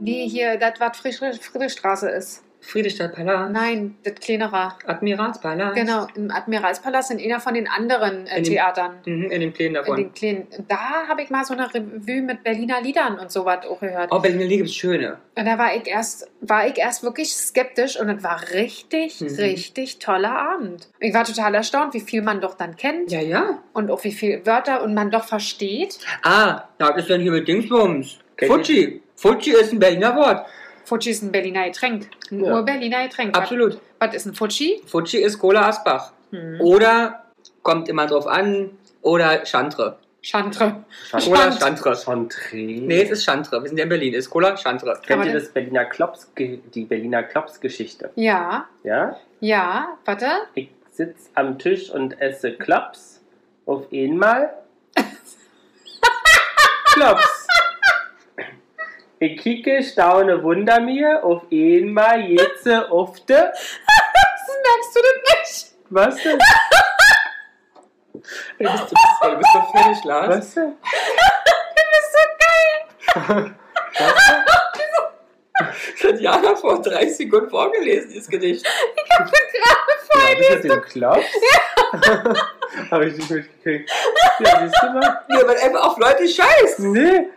[SPEAKER 2] nee, hier, das, was Friedrich, Friedrichstraße ist.
[SPEAKER 4] Friedrichstadtpalast,
[SPEAKER 2] Nein, das kleinere.
[SPEAKER 4] Admiralspalast.
[SPEAKER 2] Genau, im Admiralspalast in einer von den anderen äh,
[SPEAKER 4] In dem-
[SPEAKER 2] Theatern.
[SPEAKER 4] Mhm, in den
[SPEAKER 2] In
[SPEAKER 4] Plänen davon.
[SPEAKER 2] Äh, den kleinen. Da habe ich mal so eine Revue mit Berliner Liedern und sowas auch gehört.
[SPEAKER 4] oh, Berliner Lied gibt schöne.
[SPEAKER 2] Und da war ich erst, war ich erst wirklich skeptisch und es war richtig,
[SPEAKER 4] Mhm.
[SPEAKER 2] richtig toller Abend. Ich war total erstaunt, wie viel man doch dann kennt
[SPEAKER 4] Ja, ja.
[SPEAKER 2] und auch wie viele Wörter und man doch versteht.
[SPEAKER 4] Ah, na, was ist denn hier mit Dingsbums?
[SPEAKER 1] Kennt
[SPEAKER 4] Futschi. Futschi ist ein Berliner Wort.
[SPEAKER 2] Futschi ist ein Berliner Getränk. Ein
[SPEAKER 1] Ja.
[SPEAKER 2] Ur-Berliner Getränk.
[SPEAKER 4] Absolut.
[SPEAKER 2] Was, was ist ein Futschi?
[SPEAKER 4] Futschi ist Cola Asbach.
[SPEAKER 2] Hm.
[SPEAKER 4] Oh. Oder, kommt immer drauf an, oder Chantre.
[SPEAKER 2] Chantre.
[SPEAKER 4] Cola
[SPEAKER 2] Schand.
[SPEAKER 4] Chantre.
[SPEAKER 1] Chantre.
[SPEAKER 4] Nee, es ist Chantre. Wir sind ja in Berlin. Ist Cola Chantre.
[SPEAKER 1] Kennt
[SPEAKER 2] Aber
[SPEAKER 1] ihr
[SPEAKER 2] das-
[SPEAKER 1] das Berliner Klops, die Berliner Klops-Geschichte?
[SPEAKER 2] Ja,
[SPEAKER 1] Ja?
[SPEAKER 2] ja, warte.
[SPEAKER 1] Ich sitze am Tisch und esse Klops. Auf einmal. Klops. Ich kicke, staune, wunder mir. Auf einmal jetzt auf de.
[SPEAKER 2] Merkst du das nicht?
[SPEAKER 1] Was denn?
[SPEAKER 4] Du bist, du bist, du bist doch fertig, Lars.
[SPEAKER 1] Was denn?
[SPEAKER 4] Das hat Jana vor 30 Sekunden vorgelesen, dieses Gedicht.
[SPEAKER 1] Ja, das mit dem Klops? Habe ich nicht mitgekriegt. Ja, siehst du mal?
[SPEAKER 4] Ja, weil einfach auf Leute scheißt.
[SPEAKER 1] Nee.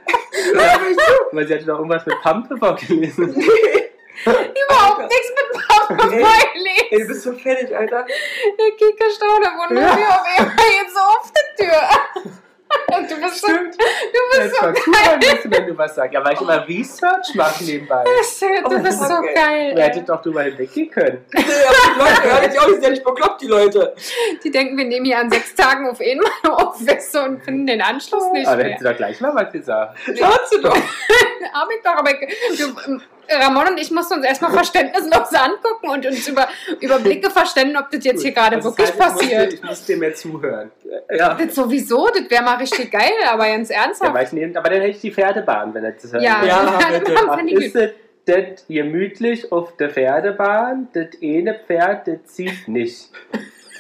[SPEAKER 4] Hör mir nicht zu.
[SPEAKER 1] Weil sie hat noch irgendwas mit Pampe vorgelesen.
[SPEAKER 2] Überhaupt nichts mit Papa
[SPEAKER 4] Nee.
[SPEAKER 2] Freiley.
[SPEAKER 4] Ey, du bist so fertig, Alter.
[SPEAKER 2] Der Kika staune wundert mich auf einmal jetzt so auf die Tür. Und du bist so,
[SPEAKER 1] Stimmt.
[SPEAKER 2] du
[SPEAKER 1] Jetzt
[SPEAKER 2] bist so
[SPEAKER 1] mal zuhören, müssen, wenn du was sagst. Ja, weil ich immer Research mache nebenbei.
[SPEAKER 2] Shit,
[SPEAKER 1] Oh,
[SPEAKER 2] du bist so
[SPEAKER 4] Okay.
[SPEAKER 2] geil.
[SPEAKER 1] Ihr hättet doch drüber hinweggehen können.
[SPEAKER 4] Nee, aber die Leute hören dich auch, die sind ja nicht bekloppt, die Leute.
[SPEAKER 2] Die denken, wir nehmen hier an sechs Tagen auf einmal auf Weste und finden den Anschluss nicht
[SPEAKER 1] Oh, Aber
[SPEAKER 2] mehr.
[SPEAKER 1] hättest du doch gleich mal was gesagt.
[SPEAKER 4] Schaut sie doch.
[SPEAKER 2] Hab ich doch, aber du, Ramon und ich mussten uns erstmal verständnislos angucken und uns über, über Blicke verständen, ob das jetzt hier gerade
[SPEAKER 1] Also das
[SPEAKER 2] wirklich
[SPEAKER 1] heißt, Ich
[SPEAKER 2] passiert.
[SPEAKER 1] musste, ich musste dir mehr zuhören.
[SPEAKER 4] Ja.
[SPEAKER 2] Das sowieso, das wäre mal richtig geil, aber ganz
[SPEAKER 1] Ja,
[SPEAKER 2] ernsthaft.
[SPEAKER 1] weil ich neben, aber dann hätte ich die Pferdebahn, wenn er das hören
[SPEAKER 2] Ja,
[SPEAKER 1] würde.
[SPEAKER 4] Ja,
[SPEAKER 2] das
[SPEAKER 4] bitte.
[SPEAKER 2] fand
[SPEAKER 1] Ach,
[SPEAKER 2] ich gut.
[SPEAKER 1] ist es das gemütlich auf der Pferdebahn? Das eine Pferd, das zieht nicht.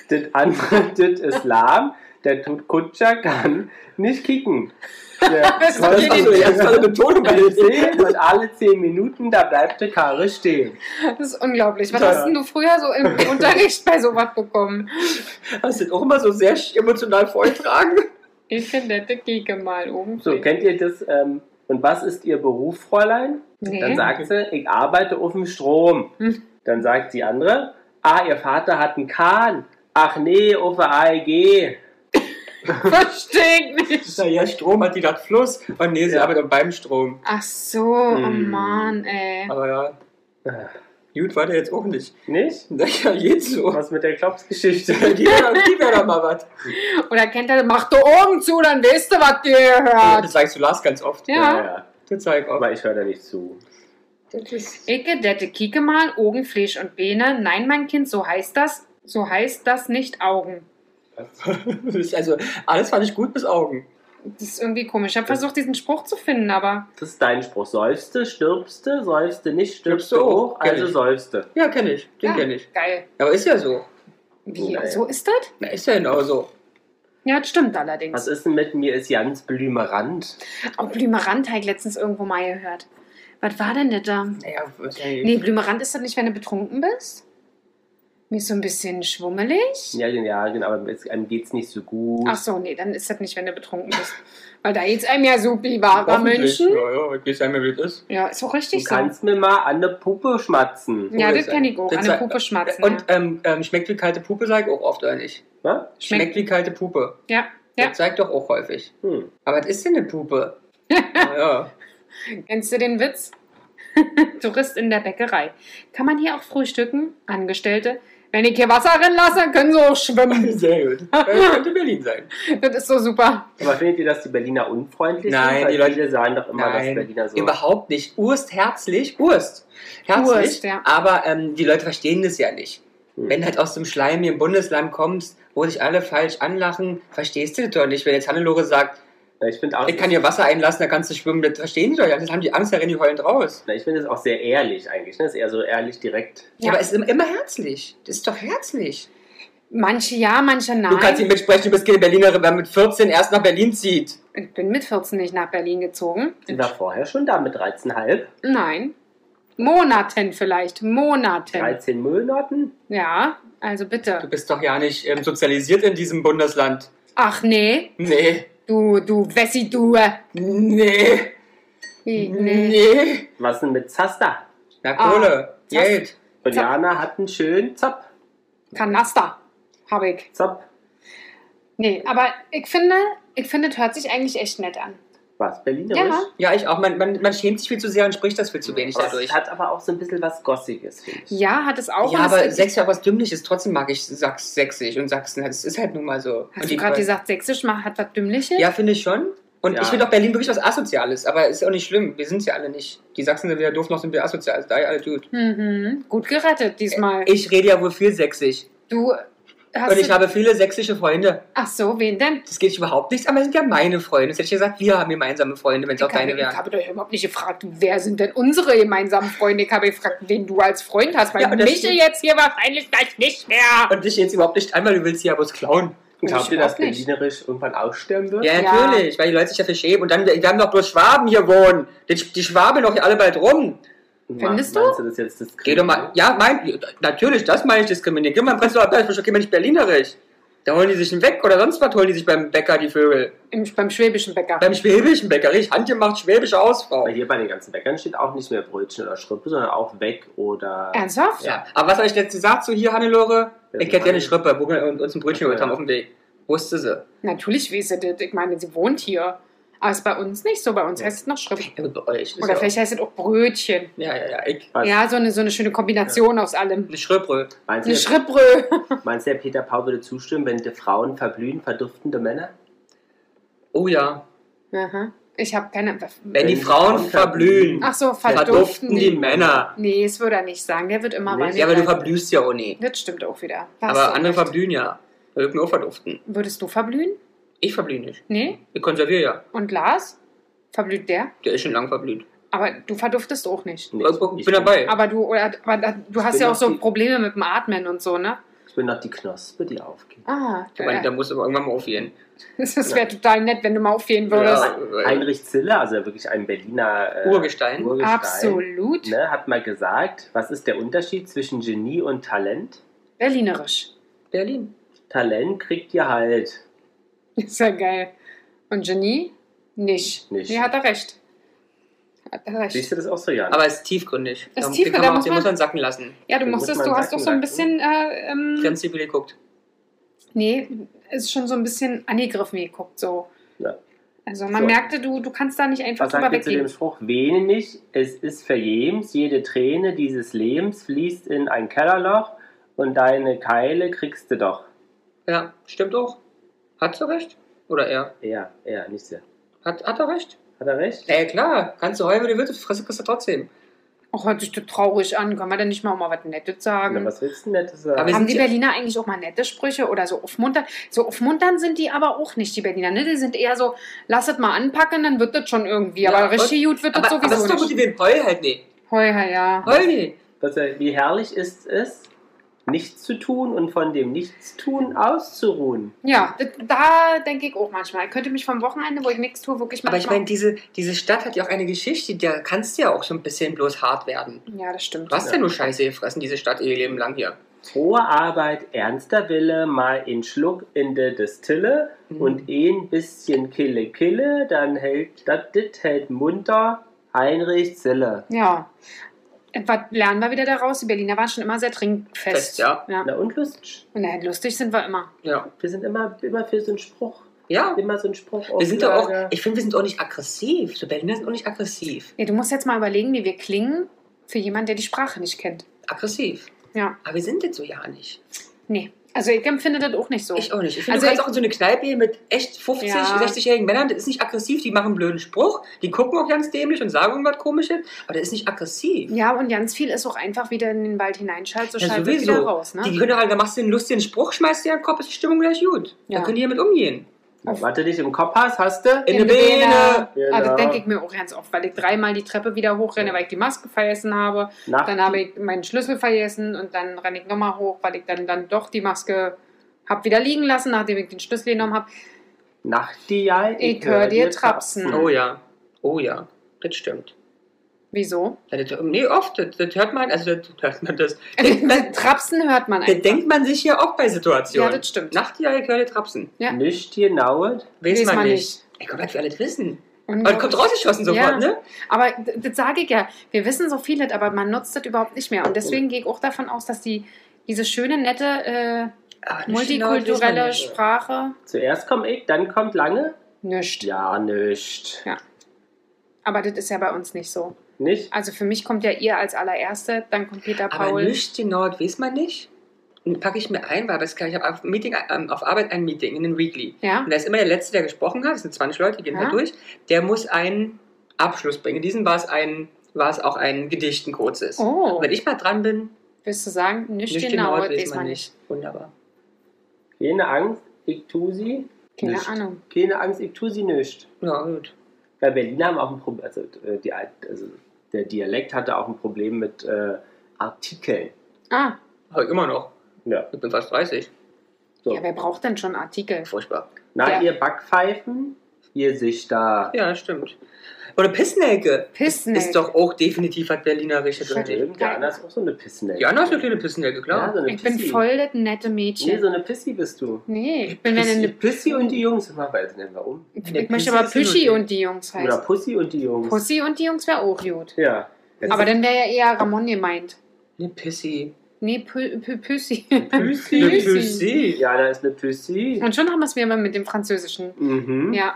[SPEAKER 1] Das andere, das ist lahm. Der tut Kutscher kann nicht kicken. Der
[SPEAKER 2] Das
[SPEAKER 1] tollste-
[SPEAKER 2] geht
[SPEAKER 4] Also, die erste alle Betonung bei
[SPEAKER 1] Alle
[SPEAKER 4] den Dingen.
[SPEAKER 1] zehn und alle zehn Minuten, da bleibt die Karre stehen.
[SPEAKER 2] Das ist unglaublich. Was
[SPEAKER 1] Ja.
[SPEAKER 2] hast denn du früher so im Unterricht bei sowas bekommen?
[SPEAKER 4] Hast du das auch immer so sehr emotional vorgetragen?
[SPEAKER 2] Ich finde das Geke mal um. irgendwie.
[SPEAKER 1] So, kennt ihr das? Ähm, und was ist Ihr Beruf, Fräulein?
[SPEAKER 2] nee.
[SPEAKER 1] Dann sagt sie, ich arbeite auf dem Strom.
[SPEAKER 2] Hm.
[SPEAKER 1] Dann sagt die andere, ah, Ihr Vater hat einen Kahn. Ach nee, auf der AEG.
[SPEAKER 2] Verstehe ich nicht.
[SPEAKER 4] Na ja, Strom hat die gedacht Fluss. Oh nee, sie
[SPEAKER 1] Ja.
[SPEAKER 4] arbeitet beim Strom.
[SPEAKER 2] Ach so, oh
[SPEAKER 1] Hm.
[SPEAKER 2] Mann, ey.
[SPEAKER 4] Aber ja. Äh, Gut, war der jetzt auch nicht.
[SPEAKER 1] Nicht?
[SPEAKER 4] Naja, jetzt so.
[SPEAKER 1] Was mit der Klopsgeschichte?
[SPEAKER 4] Die wäre die wär da mal was.
[SPEAKER 2] Oder kennt er, mach du Augen zu, dann weißt du, was dir
[SPEAKER 4] Das
[SPEAKER 2] gehört.
[SPEAKER 4] zeigst du Lars ganz oft.
[SPEAKER 2] Ja.
[SPEAKER 4] Das zeig ich auch.
[SPEAKER 1] Aber ich höre da nicht zu.
[SPEAKER 2] Icke, Dette, Kike mal, Augen, Fleisch und Beine. Nein, mein Kind, so heißt das. So heißt das nicht Augen.
[SPEAKER 4] Also, alles fand ich gut bis Augen.
[SPEAKER 2] Das ist irgendwie komisch. Ich habe versucht, diesen Spruch zu finden, aber
[SPEAKER 1] Das ist dein Spruch. Seufste, stirbste, seufste nicht, stirbste
[SPEAKER 4] Stirbste
[SPEAKER 1] hoch,
[SPEAKER 4] auch.
[SPEAKER 1] also
[SPEAKER 4] Kenn ich.
[SPEAKER 1] seufste.
[SPEAKER 4] Ja, kenne ich. Den
[SPEAKER 2] Ja.
[SPEAKER 4] kenne ich.
[SPEAKER 2] geil.
[SPEAKER 4] Aber ist ja so.
[SPEAKER 2] Wie,
[SPEAKER 1] Naja.
[SPEAKER 2] so ist das?
[SPEAKER 4] Na, ist ja genau so.
[SPEAKER 2] Ja, das stimmt allerdings.
[SPEAKER 1] Was ist denn mit mir ist Jans Blümerand?
[SPEAKER 2] Auch Blümeranteig letztens irgendwo mal gehört. Was war denn das da?
[SPEAKER 4] Naja, wahrscheinlich.
[SPEAKER 2] Nee, Blümerand ist das nicht, wenn du betrunken bist? Mir ist so ein bisschen schwummelig.
[SPEAKER 1] Ja, gen- ja, genau, aber es- einem geht's nicht so gut.
[SPEAKER 2] Ach so, nee, dann ist das nicht, wenn du betrunken bist. Weil da geht's einem ja supi, wahrer
[SPEAKER 4] Hoffentlich.
[SPEAKER 2] Menschen.
[SPEAKER 4] Ja, ja, ich weiß ja nicht mehr, wie das ist.
[SPEAKER 2] Ja, ist auch
[SPEAKER 1] du
[SPEAKER 2] richtig so.
[SPEAKER 1] kannst mir mal an eine Puppe schmatzen.
[SPEAKER 2] Ja,
[SPEAKER 4] Puppe
[SPEAKER 2] das
[SPEAKER 4] sein.
[SPEAKER 2] kenne ich auch.
[SPEAKER 4] Das
[SPEAKER 2] An der
[SPEAKER 4] sei-
[SPEAKER 2] Puppe schmatzen.
[SPEAKER 4] Und
[SPEAKER 2] ja.
[SPEAKER 4] ähm, ähm, schmeckt wie kalte Puppe, sag ich auch oft, oder nicht?
[SPEAKER 1] Ne?
[SPEAKER 2] Schmeckt-
[SPEAKER 4] Schmeckt wie kalte Puppe.
[SPEAKER 2] ja, ja.
[SPEAKER 4] Das zeigt doch auch häufig.
[SPEAKER 1] Hm.
[SPEAKER 4] Aber was ist denn eine Puppe? naja.
[SPEAKER 2] Kennst du den Witz? Tourist in der Bäckerei. Kann man hier auch frühstücken? Angestellte. Wenn ich hier Wasser rennen lasse, können sie auch schwimmen.
[SPEAKER 4] Sehr gut. Ja, das könnte Berlin sein.
[SPEAKER 2] Das ist so super.
[SPEAKER 1] Aber findet ihr, dass die Berliner unfreundlich
[SPEAKER 4] Nein,
[SPEAKER 1] sind? Weil
[SPEAKER 4] die Leute-
[SPEAKER 1] viele sagen doch immer, dass
[SPEAKER 4] Nein,
[SPEAKER 1] Berliner so.
[SPEAKER 4] überhaupt nicht. Urst herzlich. Urst. Herzlich.
[SPEAKER 2] Urst, ja.
[SPEAKER 4] Aber ähm, die Leute verstehen das ja nicht.
[SPEAKER 1] Hm.
[SPEAKER 4] Wenn du halt aus dem Schleim hier im Bundesland kommst, wo sich alle falsch anlachen, verstehst du das doch nicht. Wenn jetzt Hannelore sagt,
[SPEAKER 1] Ich finde auch,
[SPEAKER 4] ich kann hier Wasser einlassen, da kannst du schwimmen, das verstehen die doch ja. Das haben die Angst, da rennen die heulend raus.
[SPEAKER 1] ich finde es auch sehr ehrlich eigentlich. Ne? Das ist eher so ehrlich direkt.
[SPEAKER 4] Ja. Aber es ist im- immer herzlich. Das ist doch herzlich.
[SPEAKER 2] Manche ja, manche nein.
[SPEAKER 4] Du kannst nicht mitsprechen, du bist keine Berlinerin, wer mit 14 erst nach Berlin zieht.
[SPEAKER 2] Ich bin mit 14 nicht nach Berlin gezogen.
[SPEAKER 1] Sie war vorher schon da mit 13,5.
[SPEAKER 2] Nein. Monaten vielleicht. Monaten.
[SPEAKER 1] 13 Monaten?
[SPEAKER 2] Ja, also
[SPEAKER 4] Du
[SPEAKER 2] bitte.
[SPEAKER 4] bist doch ja nicht ähm, sozialisiert in diesem Bundesland.
[SPEAKER 2] Ach nee,
[SPEAKER 4] Nee.
[SPEAKER 2] du, du Wessi, du. äh,
[SPEAKER 4] Nee.
[SPEAKER 2] Nee. nee.
[SPEAKER 4] Nee.
[SPEAKER 1] Was denn mit Zaster?
[SPEAKER 4] Na, Kohle.
[SPEAKER 2] das-
[SPEAKER 4] Geld.
[SPEAKER 1] Und Jana hat einen schönen Zopp.
[SPEAKER 2] Kanaster habe ich.
[SPEAKER 1] Zopp.
[SPEAKER 2] Nee, aber ich finde, ich finde, es hört sich eigentlich echt nett an.
[SPEAKER 1] Was? Berlinerisch?
[SPEAKER 2] Ja,
[SPEAKER 4] Ja, ich auch. Man, man, man schämt sich viel zu sehr und spricht das viel zu wenig
[SPEAKER 1] Das
[SPEAKER 4] dadurch.
[SPEAKER 1] hat aber auch so ein bisschen was Gossiges, finde ich.
[SPEAKER 2] ja, hat es auch.
[SPEAKER 4] ja,
[SPEAKER 2] Und es
[SPEAKER 4] aber
[SPEAKER 2] gibt-
[SPEAKER 4] Sächsisch ist auch was Dümmliches. Trotzdem mag ich Sachs, Sächsisch und Sachsen. Das ist halt nun mal so.
[SPEAKER 2] Hast
[SPEAKER 4] Und
[SPEAKER 2] du
[SPEAKER 4] die-
[SPEAKER 2] gerade gesagt, Sächsisch macht, hat was Dümmliches?
[SPEAKER 4] Ja, finde ich schon. Und
[SPEAKER 1] Ja.
[SPEAKER 4] ich finde auch Berlin wirklich was Asoziales. Aber ist auch nicht schlimm. Wir sind ja alle nicht. Die Sachsen sind weder doof noch sind wir asozial. Also Da ihr alle tut.
[SPEAKER 2] Mhm. Gut gerettet diesmal.
[SPEAKER 4] Ich rede ja wohl viel Sächsisch.
[SPEAKER 2] du äh, hast.
[SPEAKER 4] Äh, und ich
[SPEAKER 2] du-
[SPEAKER 4] habe viele sächsische Freunde.
[SPEAKER 2] ach so, wen denn?
[SPEAKER 4] Das geht überhaupt nichts, aber es sind ja meine Freunde. Jetzt hätte ich gesagt, wir haben gemeinsame Freunde, wenn es auch
[SPEAKER 2] ich, habe,
[SPEAKER 4] deine
[SPEAKER 2] ich
[SPEAKER 4] wären.
[SPEAKER 2] habe doch überhaupt nicht gefragt, wer sind denn unsere gemeinsamen Freunde? Ich habe gefragt, wen du als Freund hast, weil
[SPEAKER 4] Ja,
[SPEAKER 2] ja,
[SPEAKER 4] und das-
[SPEAKER 2] mich jetzt hier wahrscheinlich gleich nicht mehr.
[SPEAKER 4] Und dich jetzt überhaupt nicht einmal, du willst sie ja bloß klauen.
[SPEAKER 1] Glaubt ihr, dass
[SPEAKER 2] überhaupt nicht.
[SPEAKER 1] Berlinerisch irgendwann aussterben wird?
[SPEAKER 4] Ja,
[SPEAKER 2] Ja.
[SPEAKER 4] natürlich, weil die Leute sich dafür schämen. Und dann, wir haben doch bloß Schwaben hier wohnen. Die, die Schwaben doch hier alle bald rum.
[SPEAKER 1] Ma-
[SPEAKER 2] Findest du?
[SPEAKER 1] Meinst du das jetzt diskret?
[SPEAKER 4] Geh doch mal. Ja, mein, natürlich, das meine ich diskriminieren. Geh mal in Prenzlauer Berg, ich bin schon- geh mal nicht Berlinerisch. Da holen die sich einen weg oder sonst was holen die sich beim Bäcker die Vögel.
[SPEAKER 2] Im, beim schwäbischen Bäcker.
[SPEAKER 4] Beim schwäbischen Bäcker, richtig handgemacht schwäbische Hausfrau.
[SPEAKER 1] Weil hier bei den ganzen Bäckern steht auch nicht mehr Brötchen oder Schrippe, sondern auch weg oder.
[SPEAKER 2] Ernsthaft?
[SPEAKER 4] Ja. Aber was habe ich letztens gesagt zu hier, Hannelore?
[SPEAKER 1] Ja,
[SPEAKER 4] ich hätte ja eine
[SPEAKER 1] Mann.
[SPEAKER 4] Schrippe, wo wir uns ein Brötchen
[SPEAKER 1] Ach so,
[SPEAKER 4] geholt haben
[SPEAKER 1] ja.
[SPEAKER 4] auf dem Weg. Wusste sie.
[SPEAKER 2] Natürlich weiß sie das. Ich meine, sie wohnt hier. Aber ist bei uns nicht so. Bei uns heißt es noch Schrift.
[SPEAKER 4] Ja, gut, bei euch. ist
[SPEAKER 2] Oder
[SPEAKER 4] ja
[SPEAKER 2] vielleicht heißt es auch Brötchen.
[SPEAKER 4] auch- Ja, ja, ja. Ich,
[SPEAKER 1] Was?
[SPEAKER 2] Ja, so eine, so eine schöne Kombination aus allem.
[SPEAKER 4] eine Schrippe.
[SPEAKER 1] Meinst du,
[SPEAKER 2] Eine Schrippbrö.
[SPEAKER 1] meinst du, der Peter Paul würde zustimmen, wenn die Frauen verblühen, verduftende Männer?
[SPEAKER 4] Oh ja.
[SPEAKER 2] Aha. Ich habe keine.
[SPEAKER 4] Wenn die Frauen verblühen,
[SPEAKER 2] Ach so,
[SPEAKER 4] verduften die Männer.
[SPEAKER 2] Nee, das würde er nicht sagen. Der wird immer
[SPEAKER 1] Nee.
[SPEAKER 2] bei mir
[SPEAKER 4] Ja, aber du
[SPEAKER 2] bleiben.
[SPEAKER 4] verblühst ja auch nie.
[SPEAKER 2] Das stimmt auch wieder. Da hast
[SPEAKER 4] Aber
[SPEAKER 2] du
[SPEAKER 4] andere
[SPEAKER 2] recht.
[SPEAKER 4] verblühen ja. Da wird nur verduften.
[SPEAKER 2] Würdest du verblühen?
[SPEAKER 4] Ich verblühe nicht.
[SPEAKER 2] Nee.
[SPEAKER 4] Ich konserviere ja.
[SPEAKER 2] Und Lars? Verblüht der?
[SPEAKER 4] Der ist schon lang verblüht.
[SPEAKER 2] Aber du verduftest auch nicht.
[SPEAKER 1] Nee,
[SPEAKER 4] ich ich bin
[SPEAKER 1] ich
[SPEAKER 4] dabei.
[SPEAKER 2] Aber du, oder, aber du hast
[SPEAKER 1] bin
[SPEAKER 2] ja auch
[SPEAKER 1] noch
[SPEAKER 2] so
[SPEAKER 1] die-
[SPEAKER 2] Probleme mit dem Atmen und so, ne?
[SPEAKER 1] Ich bin noch die Knospe, die aufgeht.
[SPEAKER 2] Ah,
[SPEAKER 4] ich meine,
[SPEAKER 2] äh,
[SPEAKER 4] da muss aber irgendwann mal aufgehen.
[SPEAKER 2] das wäre total nett, wenn du mal aufgehen würdest.
[SPEAKER 4] Ja, weil-
[SPEAKER 1] Heinrich Ziller, also wirklich ein Berliner äh,
[SPEAKER 4] Urgestein.
[SPEAKER 1] Urgestein,
[SPEAKER 2] Absolut.
[SPEAKER 1] Ne, hat mal gesagt, was ist der Unterschied zwischen Genie und Talent?
[SPEAKER 2] Berlinerisch.
[SPEAKER 4] Berlin.
[SPEAKER 1] Talent kriegt ihr halt.
[SPEAKER 2] Ist ja geil. Und Genie? Nicht.
[SPEAKER 1] Nicht.
[SPEAKER 2] Nee, hat er recht. Hat er recht.
[SPEAKER 1] Siehst du das auch so, Jan?
[SPEAKER 4] Aber es ist tiefgründig.
[SPEAKER 2] Es ist
[SPEAKER 4] Den
[SPEAKER 2] tiefgründig,
[SPEAKER 4] kann
[SPEAKER 2] da
[SPEAKER 4] man auch-
[SPEAKER 2] muss
[SPEAKER 4] Den
[SPEAKER 2] man-
[SPEAKER 4] muss man sacken lassen.
[SPEAKER 2] Ja, du
[SPEAKER 1] Den muss
[SPEAKER 2] musstest,
[SPEAKER 1] man
[SPEAKER 2] du hast
[SPEAKER 1] sacken
[SPEAKER 2] doch so ein
[SPEAKER 1] lassen.
[SPEAKER 2] bisschen. Äh, ähm,
[SPEAKER 4] Grenzliebe geguckt.
[SPEAKER 2] nee, ist schon so ein bisschen angegriffen geguckt, so.
[SPEAKER 1] Ja.
[SPEAKER 2] Also man
[SPEAKER 1] So.
[SPEAKER 2] merkte, du, du kannst da nicht einfach
[SPEAKER 1] Was
[SPEAKER 2] drüber
[SPEAKER 1] sagt ihr zu dem
[SPEAKER 2] weggehen.
[SPEAKER 1] Spruch? Wehe nicht, es ist verjems, jede Träne dieses Lebens fließt in ein Kellerloch und deine Keile kriegst du doch.
[SPEAKER 4] Ja, stimmt auch. Hat sie recht? Oder er?
[SPEAKER 1] Ja, ja, nicht sehr.
[SPEAKER 4] Hat, hat er recht?
[SPEAKER 1] Hat er recht?
[SPEAKER 4] Ja, klar. Kannst du heulen, wenn du willst, Fresse kriegst du trotzdem.
[SPEAKER 2] Auch hört sich das traurig an. Kann man denn nicht mal, mal was Nettes
[SPEAKER 1] Na,
[SPEAKER 2] sagen?
[SPEAKER 1] was willst du denn nettes
[SPEAKER 4] Aber
[SPEAKER 1] sagen?
[SPEAKER 4] wir
[SPEAKER 2] Haben
[SPEAKER 4] sind
[SPEAKER 2] die
[SPEAKER 4] ja-
[SPEAKER 2] Berliner eigentlich auch mal nette Sprüche oder so aufmuntern? So aufmuntern sind die aber auch nicht, die Berliner. Ne? Die sind eher so, lasset mal anpacken, dann wird das schon irgendwie.
[SPEAKER 4] Ja,
[SPEAKER 2] aber richtig gut wird
[SPEAKER 4] Aber,
[SPEAKER 2] das
[SPEAKER 4] aber das
[SPEAKER 2] sowieso
[SPEAKER 4] ist doch gut,
[SPEAKER 2] nicht.
[SPEAKER 4] die will heulen halt nicht.
[SPEAKER 2] Heu, hei, ja.
[SPEAKER 4] Heul nicht.
[SPEAKER 1] Was, äh, wie herrlich ist es, nichts zu tun und von dem Nichtstun auszuruhen?
[SPEAKER 2] Ja, das- da denke ich auch manchmal. Ich könnte mich vom Wochenende, wo ich nichts tue, wirklich
[SPEAKER 4] Aber
[SPEAKER 2] manchmal...
[SPEAKER 4] ich meine, diese, diese Stadt hat ja auch eine Geschichte, da kannst du ja auch so ein bisschen bloß hart werden.
[SPEAKER 2] ja, das stimmt.
[SPEAKER 4] Du hast ja, nur Scheiße gefressen, diese Stadt ihr Leben lang hier.
[SPEAKER 1] Frohe Arbeit, ernster Wille, mal in Schluck in der Destille
[SPEAKER 4] Mhm.
[SPEAKER 1] und ein bisschen Kille Kille, dann hält das dit hält munter Heinrich Zille.
[SPEAKER 2] Ja. Was lernen wir wieder daraus? Die Berliner waren schon immer sehr trinkfest.
[SPEAKER 4] Fest, ja.
[SPEAKER 1] Na und lustig.
[SPEAKER 2] Und ja, lustig sind wir immer.
[SPEAKER 4] Ja.
[SPEAKER 1] Wir sind immer, immer für so einen Spruch.
[SPEAKER 4] Ja.
[SPEAKER 1] Immer so einen Spruch.
[SPEAKER 4] Wir sind doch auch,
[SPEAKER 1] Auflage.
[SPEAKER 4] ich finde, wir sind auch nicht aggressiv. So Berliner sind auch nicht aggressiv.
[SPEAKER 2] Ja, du musst jetzt mal überlegen, wie wir klingen für jemanden, der die Sprache nicht kennt.
[SPEAKER 4] Aggressiv.
[SPEAKER 2] Ja.
[SPEAKER 4] Aber wir sind jetzt so ja nicht.
[SPEAKER 2] Nee. Also ich empfinde das auch nicht so.
[SPEAKER 4] Ich auch nicht. Ich finde,
[SPEAKER 2] Also
[SPEAKER 4] du kannst
[SPEAKER 2] ich-
[SPEAKER 4] auch in so eine Kneipe gehen mit echt 50,
[SPEAKER 2] Ja.
[SPEAKER 4] 60-jährigen Männern, das ist nicht aggressiv, die machen einen blöden Spruch, die gucken auch ganz dämlich und sagen irgendwas komisches, aber das ist nicht aggressiv.
[SPEAKER 2] Ja, und ganz viel ist auch einfach wieder in den Wald hineinschallt, so
[SPEAKER 4] Ja,
[SPEAKER 2] schallt es
[SPEAKER 4] sowieso.
[SPEAKER 2] wieder raus. Ne?
[SPEAKER 4] Die können halt, da machst du einen lustigen Spruch, schmeißt dir an den Kopf, ist die Stimmung gleich gut.
[SPEAKER 2] Ja.
[SPEAKER 4] Dann können die damit umgehen.
[SPEAKER 1] Ja, warte dich im Kopf hast, hast du?
[SPEAKER 4] In der Birne.
[SPEAKER 1] Genau.
[SPEAKER 2] Ah, das denke ich mir auch ganz oft, weil ich dreimal die Treppe wieder hochrenne, weil ich die Maske vergessen habe.
[SPEAKER 1] Nach-
[SPEAKER 2] Dann habe ich meinen Schlüssel vergessen und dann renne ich nochmal hoch, weil ich dann, dann doch die Maske habe wieder liegen lassen, nachdem ich den Schlüssel genommen habe.
[SPEAKER 1] Nachtigall, Mhm.
[SPEAKER 2] Ich hör dir trapsen.
[SPEAKER 4] Oh ja. Oh ja. Das Oh stimmt.
[SPEAKER 2] Wieso?
[SPEAKER 4] Ja, das, nee, oft, das, das hört man, also das hört man das.
[SPEAKER 2] Trapsen hört man
[SPEAKER 4] Das
[SPEAKER 2] einfach.
[SPEAKER 4] denkt man sich ja auch bei Situationen.
[SPEAKER 2] Ja, das stimmt.
[SPEAKER 4] Nachtjährige hören Trapsen.
[SPEAKER 2] Ja.
[SPEAKER 1] Nicht genauet.
[SPEAKER 4] Weiß, man, nicht. Ey, guck mal, was wir alles wissen. Aber das
[SPEAKER 2] Unglaublich.
[SPEAKER 4] kommt rausgeschossen sofort,
[SPEAKER 2] Ja.
[SPEAKER 4] ne?
[SPEAKER 2] Aber d- das sage ich ja, wir wissen so vieles, aber man nutzt das überhaupt nicht mehr. Und deswegen gehe ich auch davon aus, dass die diese schöne, nette,
[SPEAKER 4] Ah,
[SPEAKER 2] äh,
[SPEAKER 4] nicht genau, das weiß man
[SPEAKER 2] multikulturelle
[SPEAKER 4] nicht.
[SPEAKER 2] Sprache
[SPEAKER 1] Zuerst komm ich, dann kommt lange.
[SPEAKER 2] nischt.
[SPEAKER 1] Ja, nicht.
[SPEAKER 2] Aber das ist ja bei uns nicht so.
[SPEAKER 1] Nicht?
[SPEAKER 2] Also für mich kommt ja ihr als allererste, dann kommt Peter
[SPEAKER 4] Aber
[SPEAKER 2] Paul.
[SPEAKER 4] nicht genau, das weiß man nicht. Und packe ich mir ein, weil das kann, ich habe auf, Meeting, ähm, auf Arbeit ein Meeting in den Weekly.
[SPEAKER 2] Ja,
[SPEAKER 4] Und da ist immer der Letzte, der gesprochen hat, das sind 20 Leute, die gehen
[SPEAKER 2] Ja.
[SPEAKER 4] halt durch, der muss einen Abschluss bringen. In diesem war es, ein, war es auch ein Gedicht, ein kurzes.
[SPEAKER 2] Oh.
[SPEAKER 4] Wenn ich mal dran bin,
[SPEAKER 2] willst du sagen, nicht,
[SPEAKER 4] nicht
[SPEAKER 2] genau,
[SPEAKER 4] genau,
[SPEAKER 2] das
[SPEAKER 4] weiß man nicht. Wunderbar.
[SPEAKER 1] Keine Angst, ich tu sie.
[SPEAKER 2] Keine
[SPEAKER 4] Nicht.
[SPEAKER 2] Ahnung.
[SPEAKER 1] Keine Angst, ich tu sie nicht.
[SPEAKER 4] Ja, gut.
[SPEAKER 1] Weil Berliner haben auch ein Problem, also, äh, die, Al- also der Dialekt hatte auch ein Problem mit äh, Artikeln.
[SPEAKER 2] Ah,
[SPEAKER 4] Habe ich immer noch.
[SPEAKER 1] Ja.
[SPEAKER 4] Ich bin fast 30.
[SPEAKER 1] So.
[SPEAKER 2] ja, wer braucht denn schon Artikel?
[SPEAKER 4] Furchtbar.
[SPEAKER 1] Na,
[SPEAKER 2] Ja.
[SPEAKER 1] ihr Backpfeifen, ihr Sichter.
[SPEAKER 4] Ja, stimmt. Oder Pissnelke.
[SPEAKER 2] Pissnelke.
[SPEAKER 4] Ist doch auch definitiv hat Berliner richtig
[SPEAKER 2] Schön.
[SPEAKER 4] richtig.
[SPEAKER 1] Der Anna ist auch so eine Pissnelke.
[SPEAKER 4] Ja, na, ist eine kleine Pissnelke,
[SPEAKER 1] Ja,
[SPEAKER 4] klar.
[SPEAKER 1] so eine
[SPEAKER 2] Ich bin
[SPEAKER 1] Pissi.
[SPEAKER 2] voll das nette
[SPEAKER 1] Nee, so
[SPEAKER 2] Mädchen.
[SPEAKER 1] eine Pissi bist du.
[SPEAKER 2] Nee, ich bin wenn
[SPEAKER 1] Pissi,
[SPEAKER 2] eine.
[SPEAKER 1] Pissi und die Jungs, immer weiter nennen wir um.
[SPEAKER 4] Nee,
[SPEAKER 2] Ich möchte
[SPEAKER 4] Pissi
[SPEAKER 2] aber
[SPEAKER 4] ist eine
[SPEAKER 2] Püschi
[SPEAKER 4] Nutte.
[SPEAKER 2] und die Jungs
[SPEAKER 1] Oder
[SPEAKER 2] heißen.
[SPEAKER 1] Pussy und die Jungs.
[SPEAKER 2] Pussy und die Jungs wäre auch gut.
[SPEAKER 1] Ja.
[SPEAKER 2] Aber dann wäre ja eher Ramon gemeint.
[SPEAKER 4] Eine Pissi.
[SPEAKER 2] Nee, Pü- Pü- Püssi.
[SPEAKER 1] Püssi.
[SPEAKER 4] Eine
[SPEAKER 2] Pissi.
[SPEAKER 4] Pissi.
[SPEAKER 1] Ja, da ist eine Pissi.
[SPEAKER 2] Und schon haben wir es wieder mit dem Französischen.
[SPEAKER 4] Hm?
[SPEAKER 1] Mhm.
[SPEAKER 2] Ja.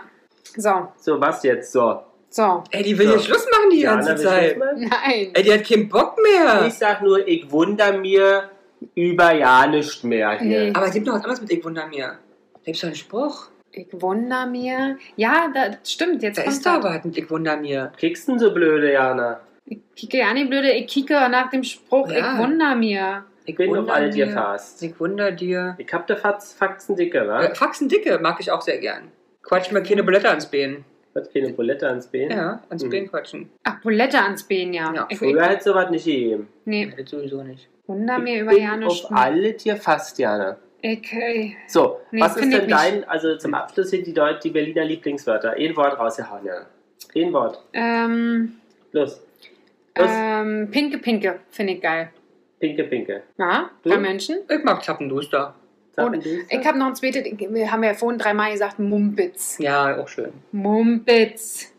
[SPEAKER 2] So,
[SPEAKER 1] So, was jetzt? So.
[SPEAKER 2] so.
[SPEAKER 4] Ey, die will
[SPEAKER 1] Ja.
[SPEAKER 4] hier Schluss machen die
[SPEAKER 1] Ja,
[SPEAKER 4] ganze
[SPEAKER 1] Anna, willst du
[SPEAKER 4] Zeit.
[SPEAKER 1] das mal?
[SPEAKER 2] Nein.
[SPEAKER 4] Ey, die hat keinen Bock mehr.
[SPEAKER 1] Ich sag nur, ich wundere mir über ja nicht mehr hier.
[SPEAKER 2] Nee.
[SPEAKER 4] Aber es gibt noch was anderes mit Ich wunder mir. Da gibt es doch einen Spruch.
[SPEAKER 2] Ich wundere mir. Ja, das stimmt. Jetzt
[SPEAKER 4] Da ist
[SPEAKER 2] kommt
[SPEAKER 4] da
[SPEAKER 2] er.
[SPEAKER 4] was mit Ich wunder mir.
[SPEAKER 1] Kriegst denn so blöde, Jana?
[SPEAKER 2] Ich kicke ja nicht blöde. Ich kicke nach dem Spruch.
[SPEAKER 4] Ja.
[SPEAKER 2] Ich wundere mir.
[SPEAKER 1] Ich bin auf
[SPEAKER 4] wunder
[SPEAKER 1] alle dir
[SPEAKER 4] mir.
[SPEAKER 1] fast.
[SPEAKER 4] Ich wunder dir.
[SPEAKER 1] Ich hab da Fats, Faxen dicke, wa?
[SPEAKER 4] Äh, Faxen dicke mag ich auch sehr gern. Quatsch mir keine Blätter ans Bein.
[SPEAKER 1] Hat keine Bulette ans Bein.
[SPEAKER 4] Ja, ans
[SPEAKER 1] Mhm.
[SPEAKER 4] Bein quatschen.
[SPEAKER 2] Ach, Bulette ans Bein, ja.
[SPEAKER 4] Ja,
[SPEAKER 2] ich, ich,
[SPEAKER 1] Früher hätte sowas nicht gegeben.
[SPEAKER 4] Ja,
[SPEAKER 2] nee,
[SPEAKER 4] das sowieso nicht.
[SPEAKER 2] wunder mir
[SPEAKER 1] Ich
[SPEAKER 2] über
[SPEAKER 1] bin
[SPEAKER 2] Janusz.
[SPEAKER 1] auf alle dir fast, Jana.
[SPEAKER 2] Ich, äh,
[SPEAKER 1] So,
[SPEAKER 2] Nee,
[SPEAKER 1] was ist
[SPEAKER 2] find ich
[SPEAKER 1] denn dein, also zum Abschluss hier die, Deut die Berliner Lieblingswörter? Ein Wort rausgehauen, Jana. Ein Wort.
[SPEAKER 2] ähm,
[SPEAKER 1] Los. Los.
[SPEAKER 2] ähm, Pinke, Pinke finde ich geil.
[SPEAKER 1] Pinke, pinke.
[SPEAKER 2] Na,
[SPEAKER 4] Hm?
[SPEAKER 1] Du?
[SPEAKER 2] bei Menschen?
[SPEAKER 4] Ich mag Zappenduster.
[SPEAKER 1] Zappen,
[SPEAKER 2] Und
[SPEAKER 1] düster.
[SPEAKER 2] Ich habe noch ein zweites, ich- wir haben ja vorhin dreimal gesagt, Mumpitz.
[SPEAKER 4] Ja, auch schön.
[SPEAKER 2] Mumpitz.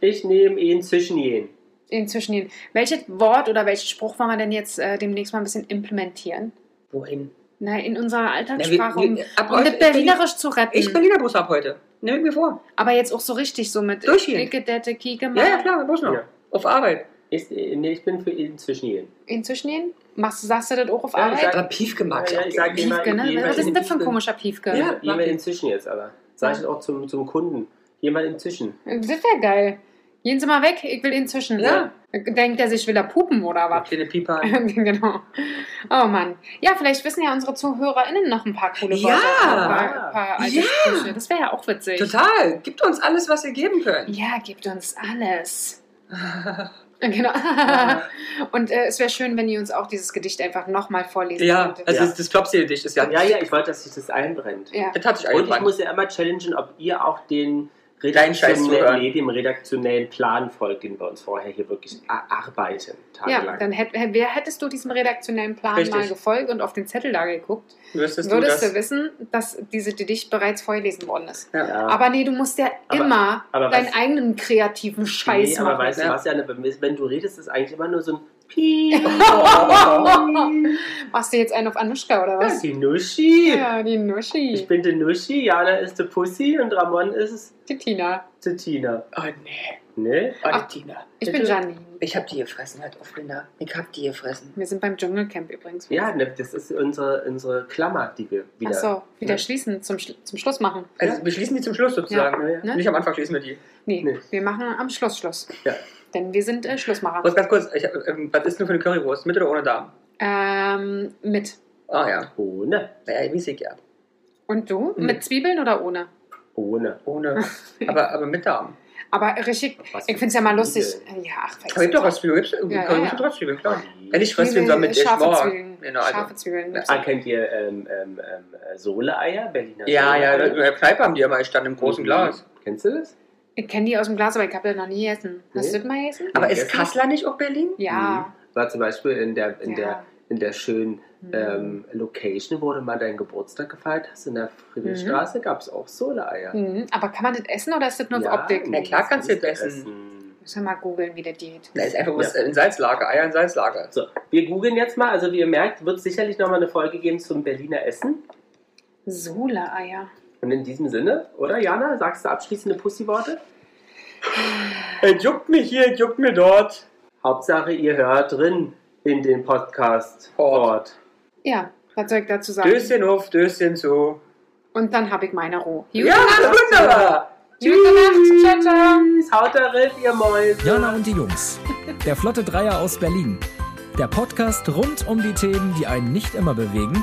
[SPEAKER 1] ich nehme ihn zwischen jeden.
[SPEAKER 2] Inzwischen hin. Welches Wort oder welchen Spruch wollen wir denn jetzt äh, demnächst mal ein bisschen implementieren?
[SPEAKER 4] Wohin?
[SPEAKER 2] Na, in unserer
[SPEAKER 4] Na, wir-
[SPEAKER 2] Alltagssprache, um,
[SPEAKER 4] wir- ab
[SPEAKER 2] um
[SPEAKER 4] heute-
[SPEAKER 2] das
[SPEAKER 4] ich Berlin-
[SPEAKER 2] Berlinerisch zu retten.
[SPEAKER 4] Ich Berliner Bus ab heute. Nimm ich mir vor.
[SPEAKER 2] Aber jetzt auch so richtig, so mit
[SPEAKER 4] Durchgehen.
[SPEAKER 2] Kicke, Dette, Kike,
[SPEAKER 4] Ja, ja, klar, muss noch.
[SPEAKER 1] Ja.
[SPEAKER 4] Auf Arbeit.
[SPEAKER 1] Ich, nee, ich bin für ihn zwischen jeden.
[SPEAKER 2] Inzwischen hin? Machst, du- sagst du das auch auf
[SPEAKER 1] Ja, ich
[SPEAKER 2] Arbeit?
[SPEAKER 1] sag-
[SPEAKER 4] Aber Piefke mag ich
[SPEAKER 1] Ja,
[SPEAKER 4] auch
[SPEAKER 1] ich
[SPEAKER 4] gerne.
[SPEAKER 1] sag immer,
[SPEAKER 2] Piefke, ne?
[SPEAKER 1] jemand
[SPEAKER 2] Was ist denn das für ein
[SPEAKER 4] Piefke.
[SPEAKER 2] komischer Piefke?
[SPEAKER 4] Ja.
[SPEAKER 1] Jemand
[SPEAKER 4] mach ich.
[SPEAKER 1] inzwischen jetzt aber. Sag ich auch zum, zum Kunden. Jemand inzwischen.
[SPEAKER 2] Das wäre geil. Gehen Sie mal weg, ich will inzwischen.
[SPEAKER 4] Ja.
[SPEAKER 2] Denkt er sich, will er pupen oder was?
[SPEAKER 4] Kleine Pieper.
[SPEAKER 2] genau. Oh Mann. Ja, vielleicht wissen ja unsere ZuhörerInnen noch ein paar coole
[SPEAKER 4] Ja.
[SPEAKER 2] Worte. Ein paar, ein paar alte
[SPEAKER 4] Ja.
[SPEAKER 2] Sprüche. Das wäre ja auch witzig.
[SPEAKER 4] Total. Gibt uns alles, was ihr geben könnt.
[SPEAKER 2] Ja, gibt uns alles. genau.
[SPEAKER 4] Ja.
[SPEAKER 2] Und äh, es wäre schön, wenn ihr uns auch dieses Gedicht einfach nochmal vorlesen
[SPEAKER 4] Ja, also
[SPEAKER 2] könntet.
[SPEAKER 1] Ja.
[SPEAKER 4] Das, das Flopsee-Dicht ist ja.
[SPEAKER 1] Ja, ja, ich wollte, dass sich das einbrennt.
[SPEAKER 2] Ja.
[SPEAKER 4] Das hat sich
[SPEAKER 1] Und ich
[SPEAKER 4] eingebrannt.
[SPEAKER 1] muss ja immer challengen, ob ihr auch den
[SPEAKER 4] Deinen Scheiß
[SPEAKER 1] redaktionellen,
[SPEAKER 4] zuhören.
[SPEAKER 1] nee, dem redaktionellen Plan folgt, den wir uns vorher hier wirklich erarbeiten.
[SPEAKER 2] Ja,
[SPEAKER 1] Tagelang.
[SPEAKER 2] dann hätt, hätt- wer hättest du diesem redaktionellen Plan
[SPEAKER 4] Richtig.
[SPEAKER 2] mal gefolgt und auf den Zettel da geguckt,
[SPEAKER 4] Würdest du
[SPEAKER 2] würdest
[SPEAKER 4] das?
[SPEAKER 2] du wissen, dass dieses Gedicht bereits vorgelesen worden ist.
[SPEAKER 4] Ja.
[SPEAKER 1] Ja.
[SPEAKER 2] Aber nee, du musst ja
[SPEAKER 1] Aber-
[SPEAKER 2] immer
[SPEAKER 1] aber
[SPEAKER 2] deinen
[SPEAKER 1] was-
[SPEAKER 2] eigenen kreativen Scheiß
[SPEAKER 1] nee,
[SPEAKER 2] machen.
[SPEAKER 1] aber weißt du
[SPEAKER 4] ja.
[SPEAKER 1] was, Janne, wenn wenn du redest, ist eigentlich immer nur so ein Piep.
[SPEAKER 2] Machst du jetzt einen auf Anuschka oder
[SPEAKER 1] Das
[SPEAKER 2] was?
[SPEAKER 1] ist die Nuschi.
[SPEAKER 2] Ja, die Nuschi.
[SPEAKER 1] Ich bin die Nuschi, Jana ist die Pussy und Ramon ist
[SPEAKER 2] die Tina.
[SPEAKER 1] die Tina.
[SPEAKER 4] Oh nee.
[SPEAKER 1] Ne?
[SPEAKER 4] Oh,
[SPEAKER 2] Ach.
[SPEAKER 4] die Tina.
[SPEAKER 2] Ich
[SPEAKER 1] Bitte?
[SPEAKER 2] bin Janine.
[SPEAKER 4] Ich hab die gefressen, halt auf Linda. Ich hab die gefressen.
[SPEAKER 2] Wir sind beim Dschungelcamp übrigens.
[SPEAKER 1] Ja, ne, das ist unsere, unsere Klammer, die wir wieder.
[SPEAKER 2] Ach so, wieder
[SPEAKER 1] Ja.
[SPEAKER 2] schließen, zum, Schlu- zum Schluss machen.
[SPEAKER 4] Also wir schließen die zum Schluss sozusagen.
[SPEAKER 1] Ja, ja.
[SPEAKER 2] Ne?
[SPEAKER 4] Nicht am Anfang schließen wir die.
[SPEAKER 2] Nee,
[SPEAKER 1] Nee.
[SPEAKER 2] wir machen am Schluss Schluss.
[SPEAKER 1] Ja.
[SPEAKER 2] Denn wir sind äh, Schlussmacher.
[SPEAKER 4] Was ganz kurz, ich, ähm, was ist denn für eine Currywurst? Mit oder ohne Darm?
[SPEAKER 2] Ähm, mit.
[SPEAKER 4] Ah ja.
[SPEAKER 1] Ohne.
[SPEAKER 4] Naja, ich weiß ich ja.
[SPEAKER 2] Und du?
[SPEAKER 4] Mhm.
[SPEAKER 2] Mit Zwiebeln oder ohne?
[SPEAKER 1] Ohne.
[SPEAKER 4] Ohne. aber, aber mit Darm.
[SPEAKER 2] Aber richtig,
[SPEAKER 1] Was
[SPEAKER 2] ich
[SPEAKER 1] für
[SPEAKER 2] finde es ja mal lustig. Äh,
[SPEAKER 1] Zwiebeln.
[SPEAKER 2] Ja, ach,
[SPEAKER 4] Aber gibt doch was Zwiebeln. Gibt's äh,
[SPEAKER 2] Ja, ja,
[SPEAKER 4] Currywurst
[SPEAKER 2] ja.
[SPEAKER 4] mit trotz Zwiebeln, klar.
[SPEAKER 1] Die-
[SPEAKER 4] Wenn ich was will, dann mit ich
[SPEAKER 2] scharfe
[SPEAKER 4] morgen.
[SPEAKER 2] Zwiebeln.
[SPEAKER 4] Genau,
[SPEAKER 2] Scharfe
[SPEAKER 4] also.
[SPEAKER 2] Zwiebeln.
[SPEAKER 4] Ja.
[SPEAKER 1] Ah, kennt ihr ähm, ähm, ähm, Sohleeier, Berliner
[SPEAKER 4] Ja, äh, Mhm. ja, in
[SPEAKER 1] Sohleeier?
[SPEAKER 4] der Kneipe haben die immer gestanden im großen Glas.
[SPEAKER 1] Kennst du das?
[SPEAKER 2] Ich kenne die aus dem Glas, aber ich habe das noch nie gegessen. Hast
[SPEAKER 1] Nee.
[SPEAKER 2] du das mal gegessen?
[SPEAKER 4] Aber ist
[SPEAKER 1] Vergessen?
[SPEAKER 4] Kassler nicht auch Berlin?
[SPEAKER 2] Ja.
[SPEAKER 1] Mhm. War zum Beispiel in der, in
[SPEAKER 2] ja.
[SPEAKER 1] der, in der schönen
[SPEAKER 2] Mhm.
[SPEAKER 1] ähm, Location, wo du mal deinen Geburtstag gefeiert hast, in der Friedrichstraße, gab es auch Soleeier.
[SPEAKER 2] Mhm. Aber kann man das essen oder ist das nur für Optik?
[SPEAKER 1] nee,
[SPEAKER 4] Na klar kannst du
[SPEAKER 1] das
[SPEAKER 4] das
[SPEAKER 1] kannst du
[SPEAKER 2] Müssen wir mal googeln, wie das geht.
[SPEAKER 4] Da ist einfach
[SPEAKER 1] Ja.
[SPEAKER 4] was in Salzlager, Eier in Salzlager.
[SPEAKER 1] So, wir googeln jetzt mal. Also wie ihr merkt, wird sicherlich nochmal eine Folge geben zum Berliner Essen.
[SPEAKER 2] Sola-Eier.
[SPEAKER 1] Und in diesem Sinne, oder Jana, sagst du abschließende Pussy-Worte?
[SPEAKER 4] Es Äh, juckt mich hier, es juckt mir dort.
[SPEAKER 1] Hauptsache, ihr hört drin in den Podcast.
[SPEAKER 4] Ort.
[SPEAKER 2] Ja, was soll ich dazu sagen?
[SPEAKER 4] Döschen auf, Döschen zu.
[SPEAKER 2] Und dann habe ich meine Ruhe.
[SPEAKER 4] Ja, Ah, wunderbar.
[SPEAKER 2] Gute Nacht. Ciao, ciao.
[SPEAKER 1] Tschüss, haut da rein, ihr Mäuse.
[SPEAKER 3] Jana und die Jungs. Der Flotte Dreier aus Berlin. Der Podcast rund um die Themen, die einen nicht immer bewegen,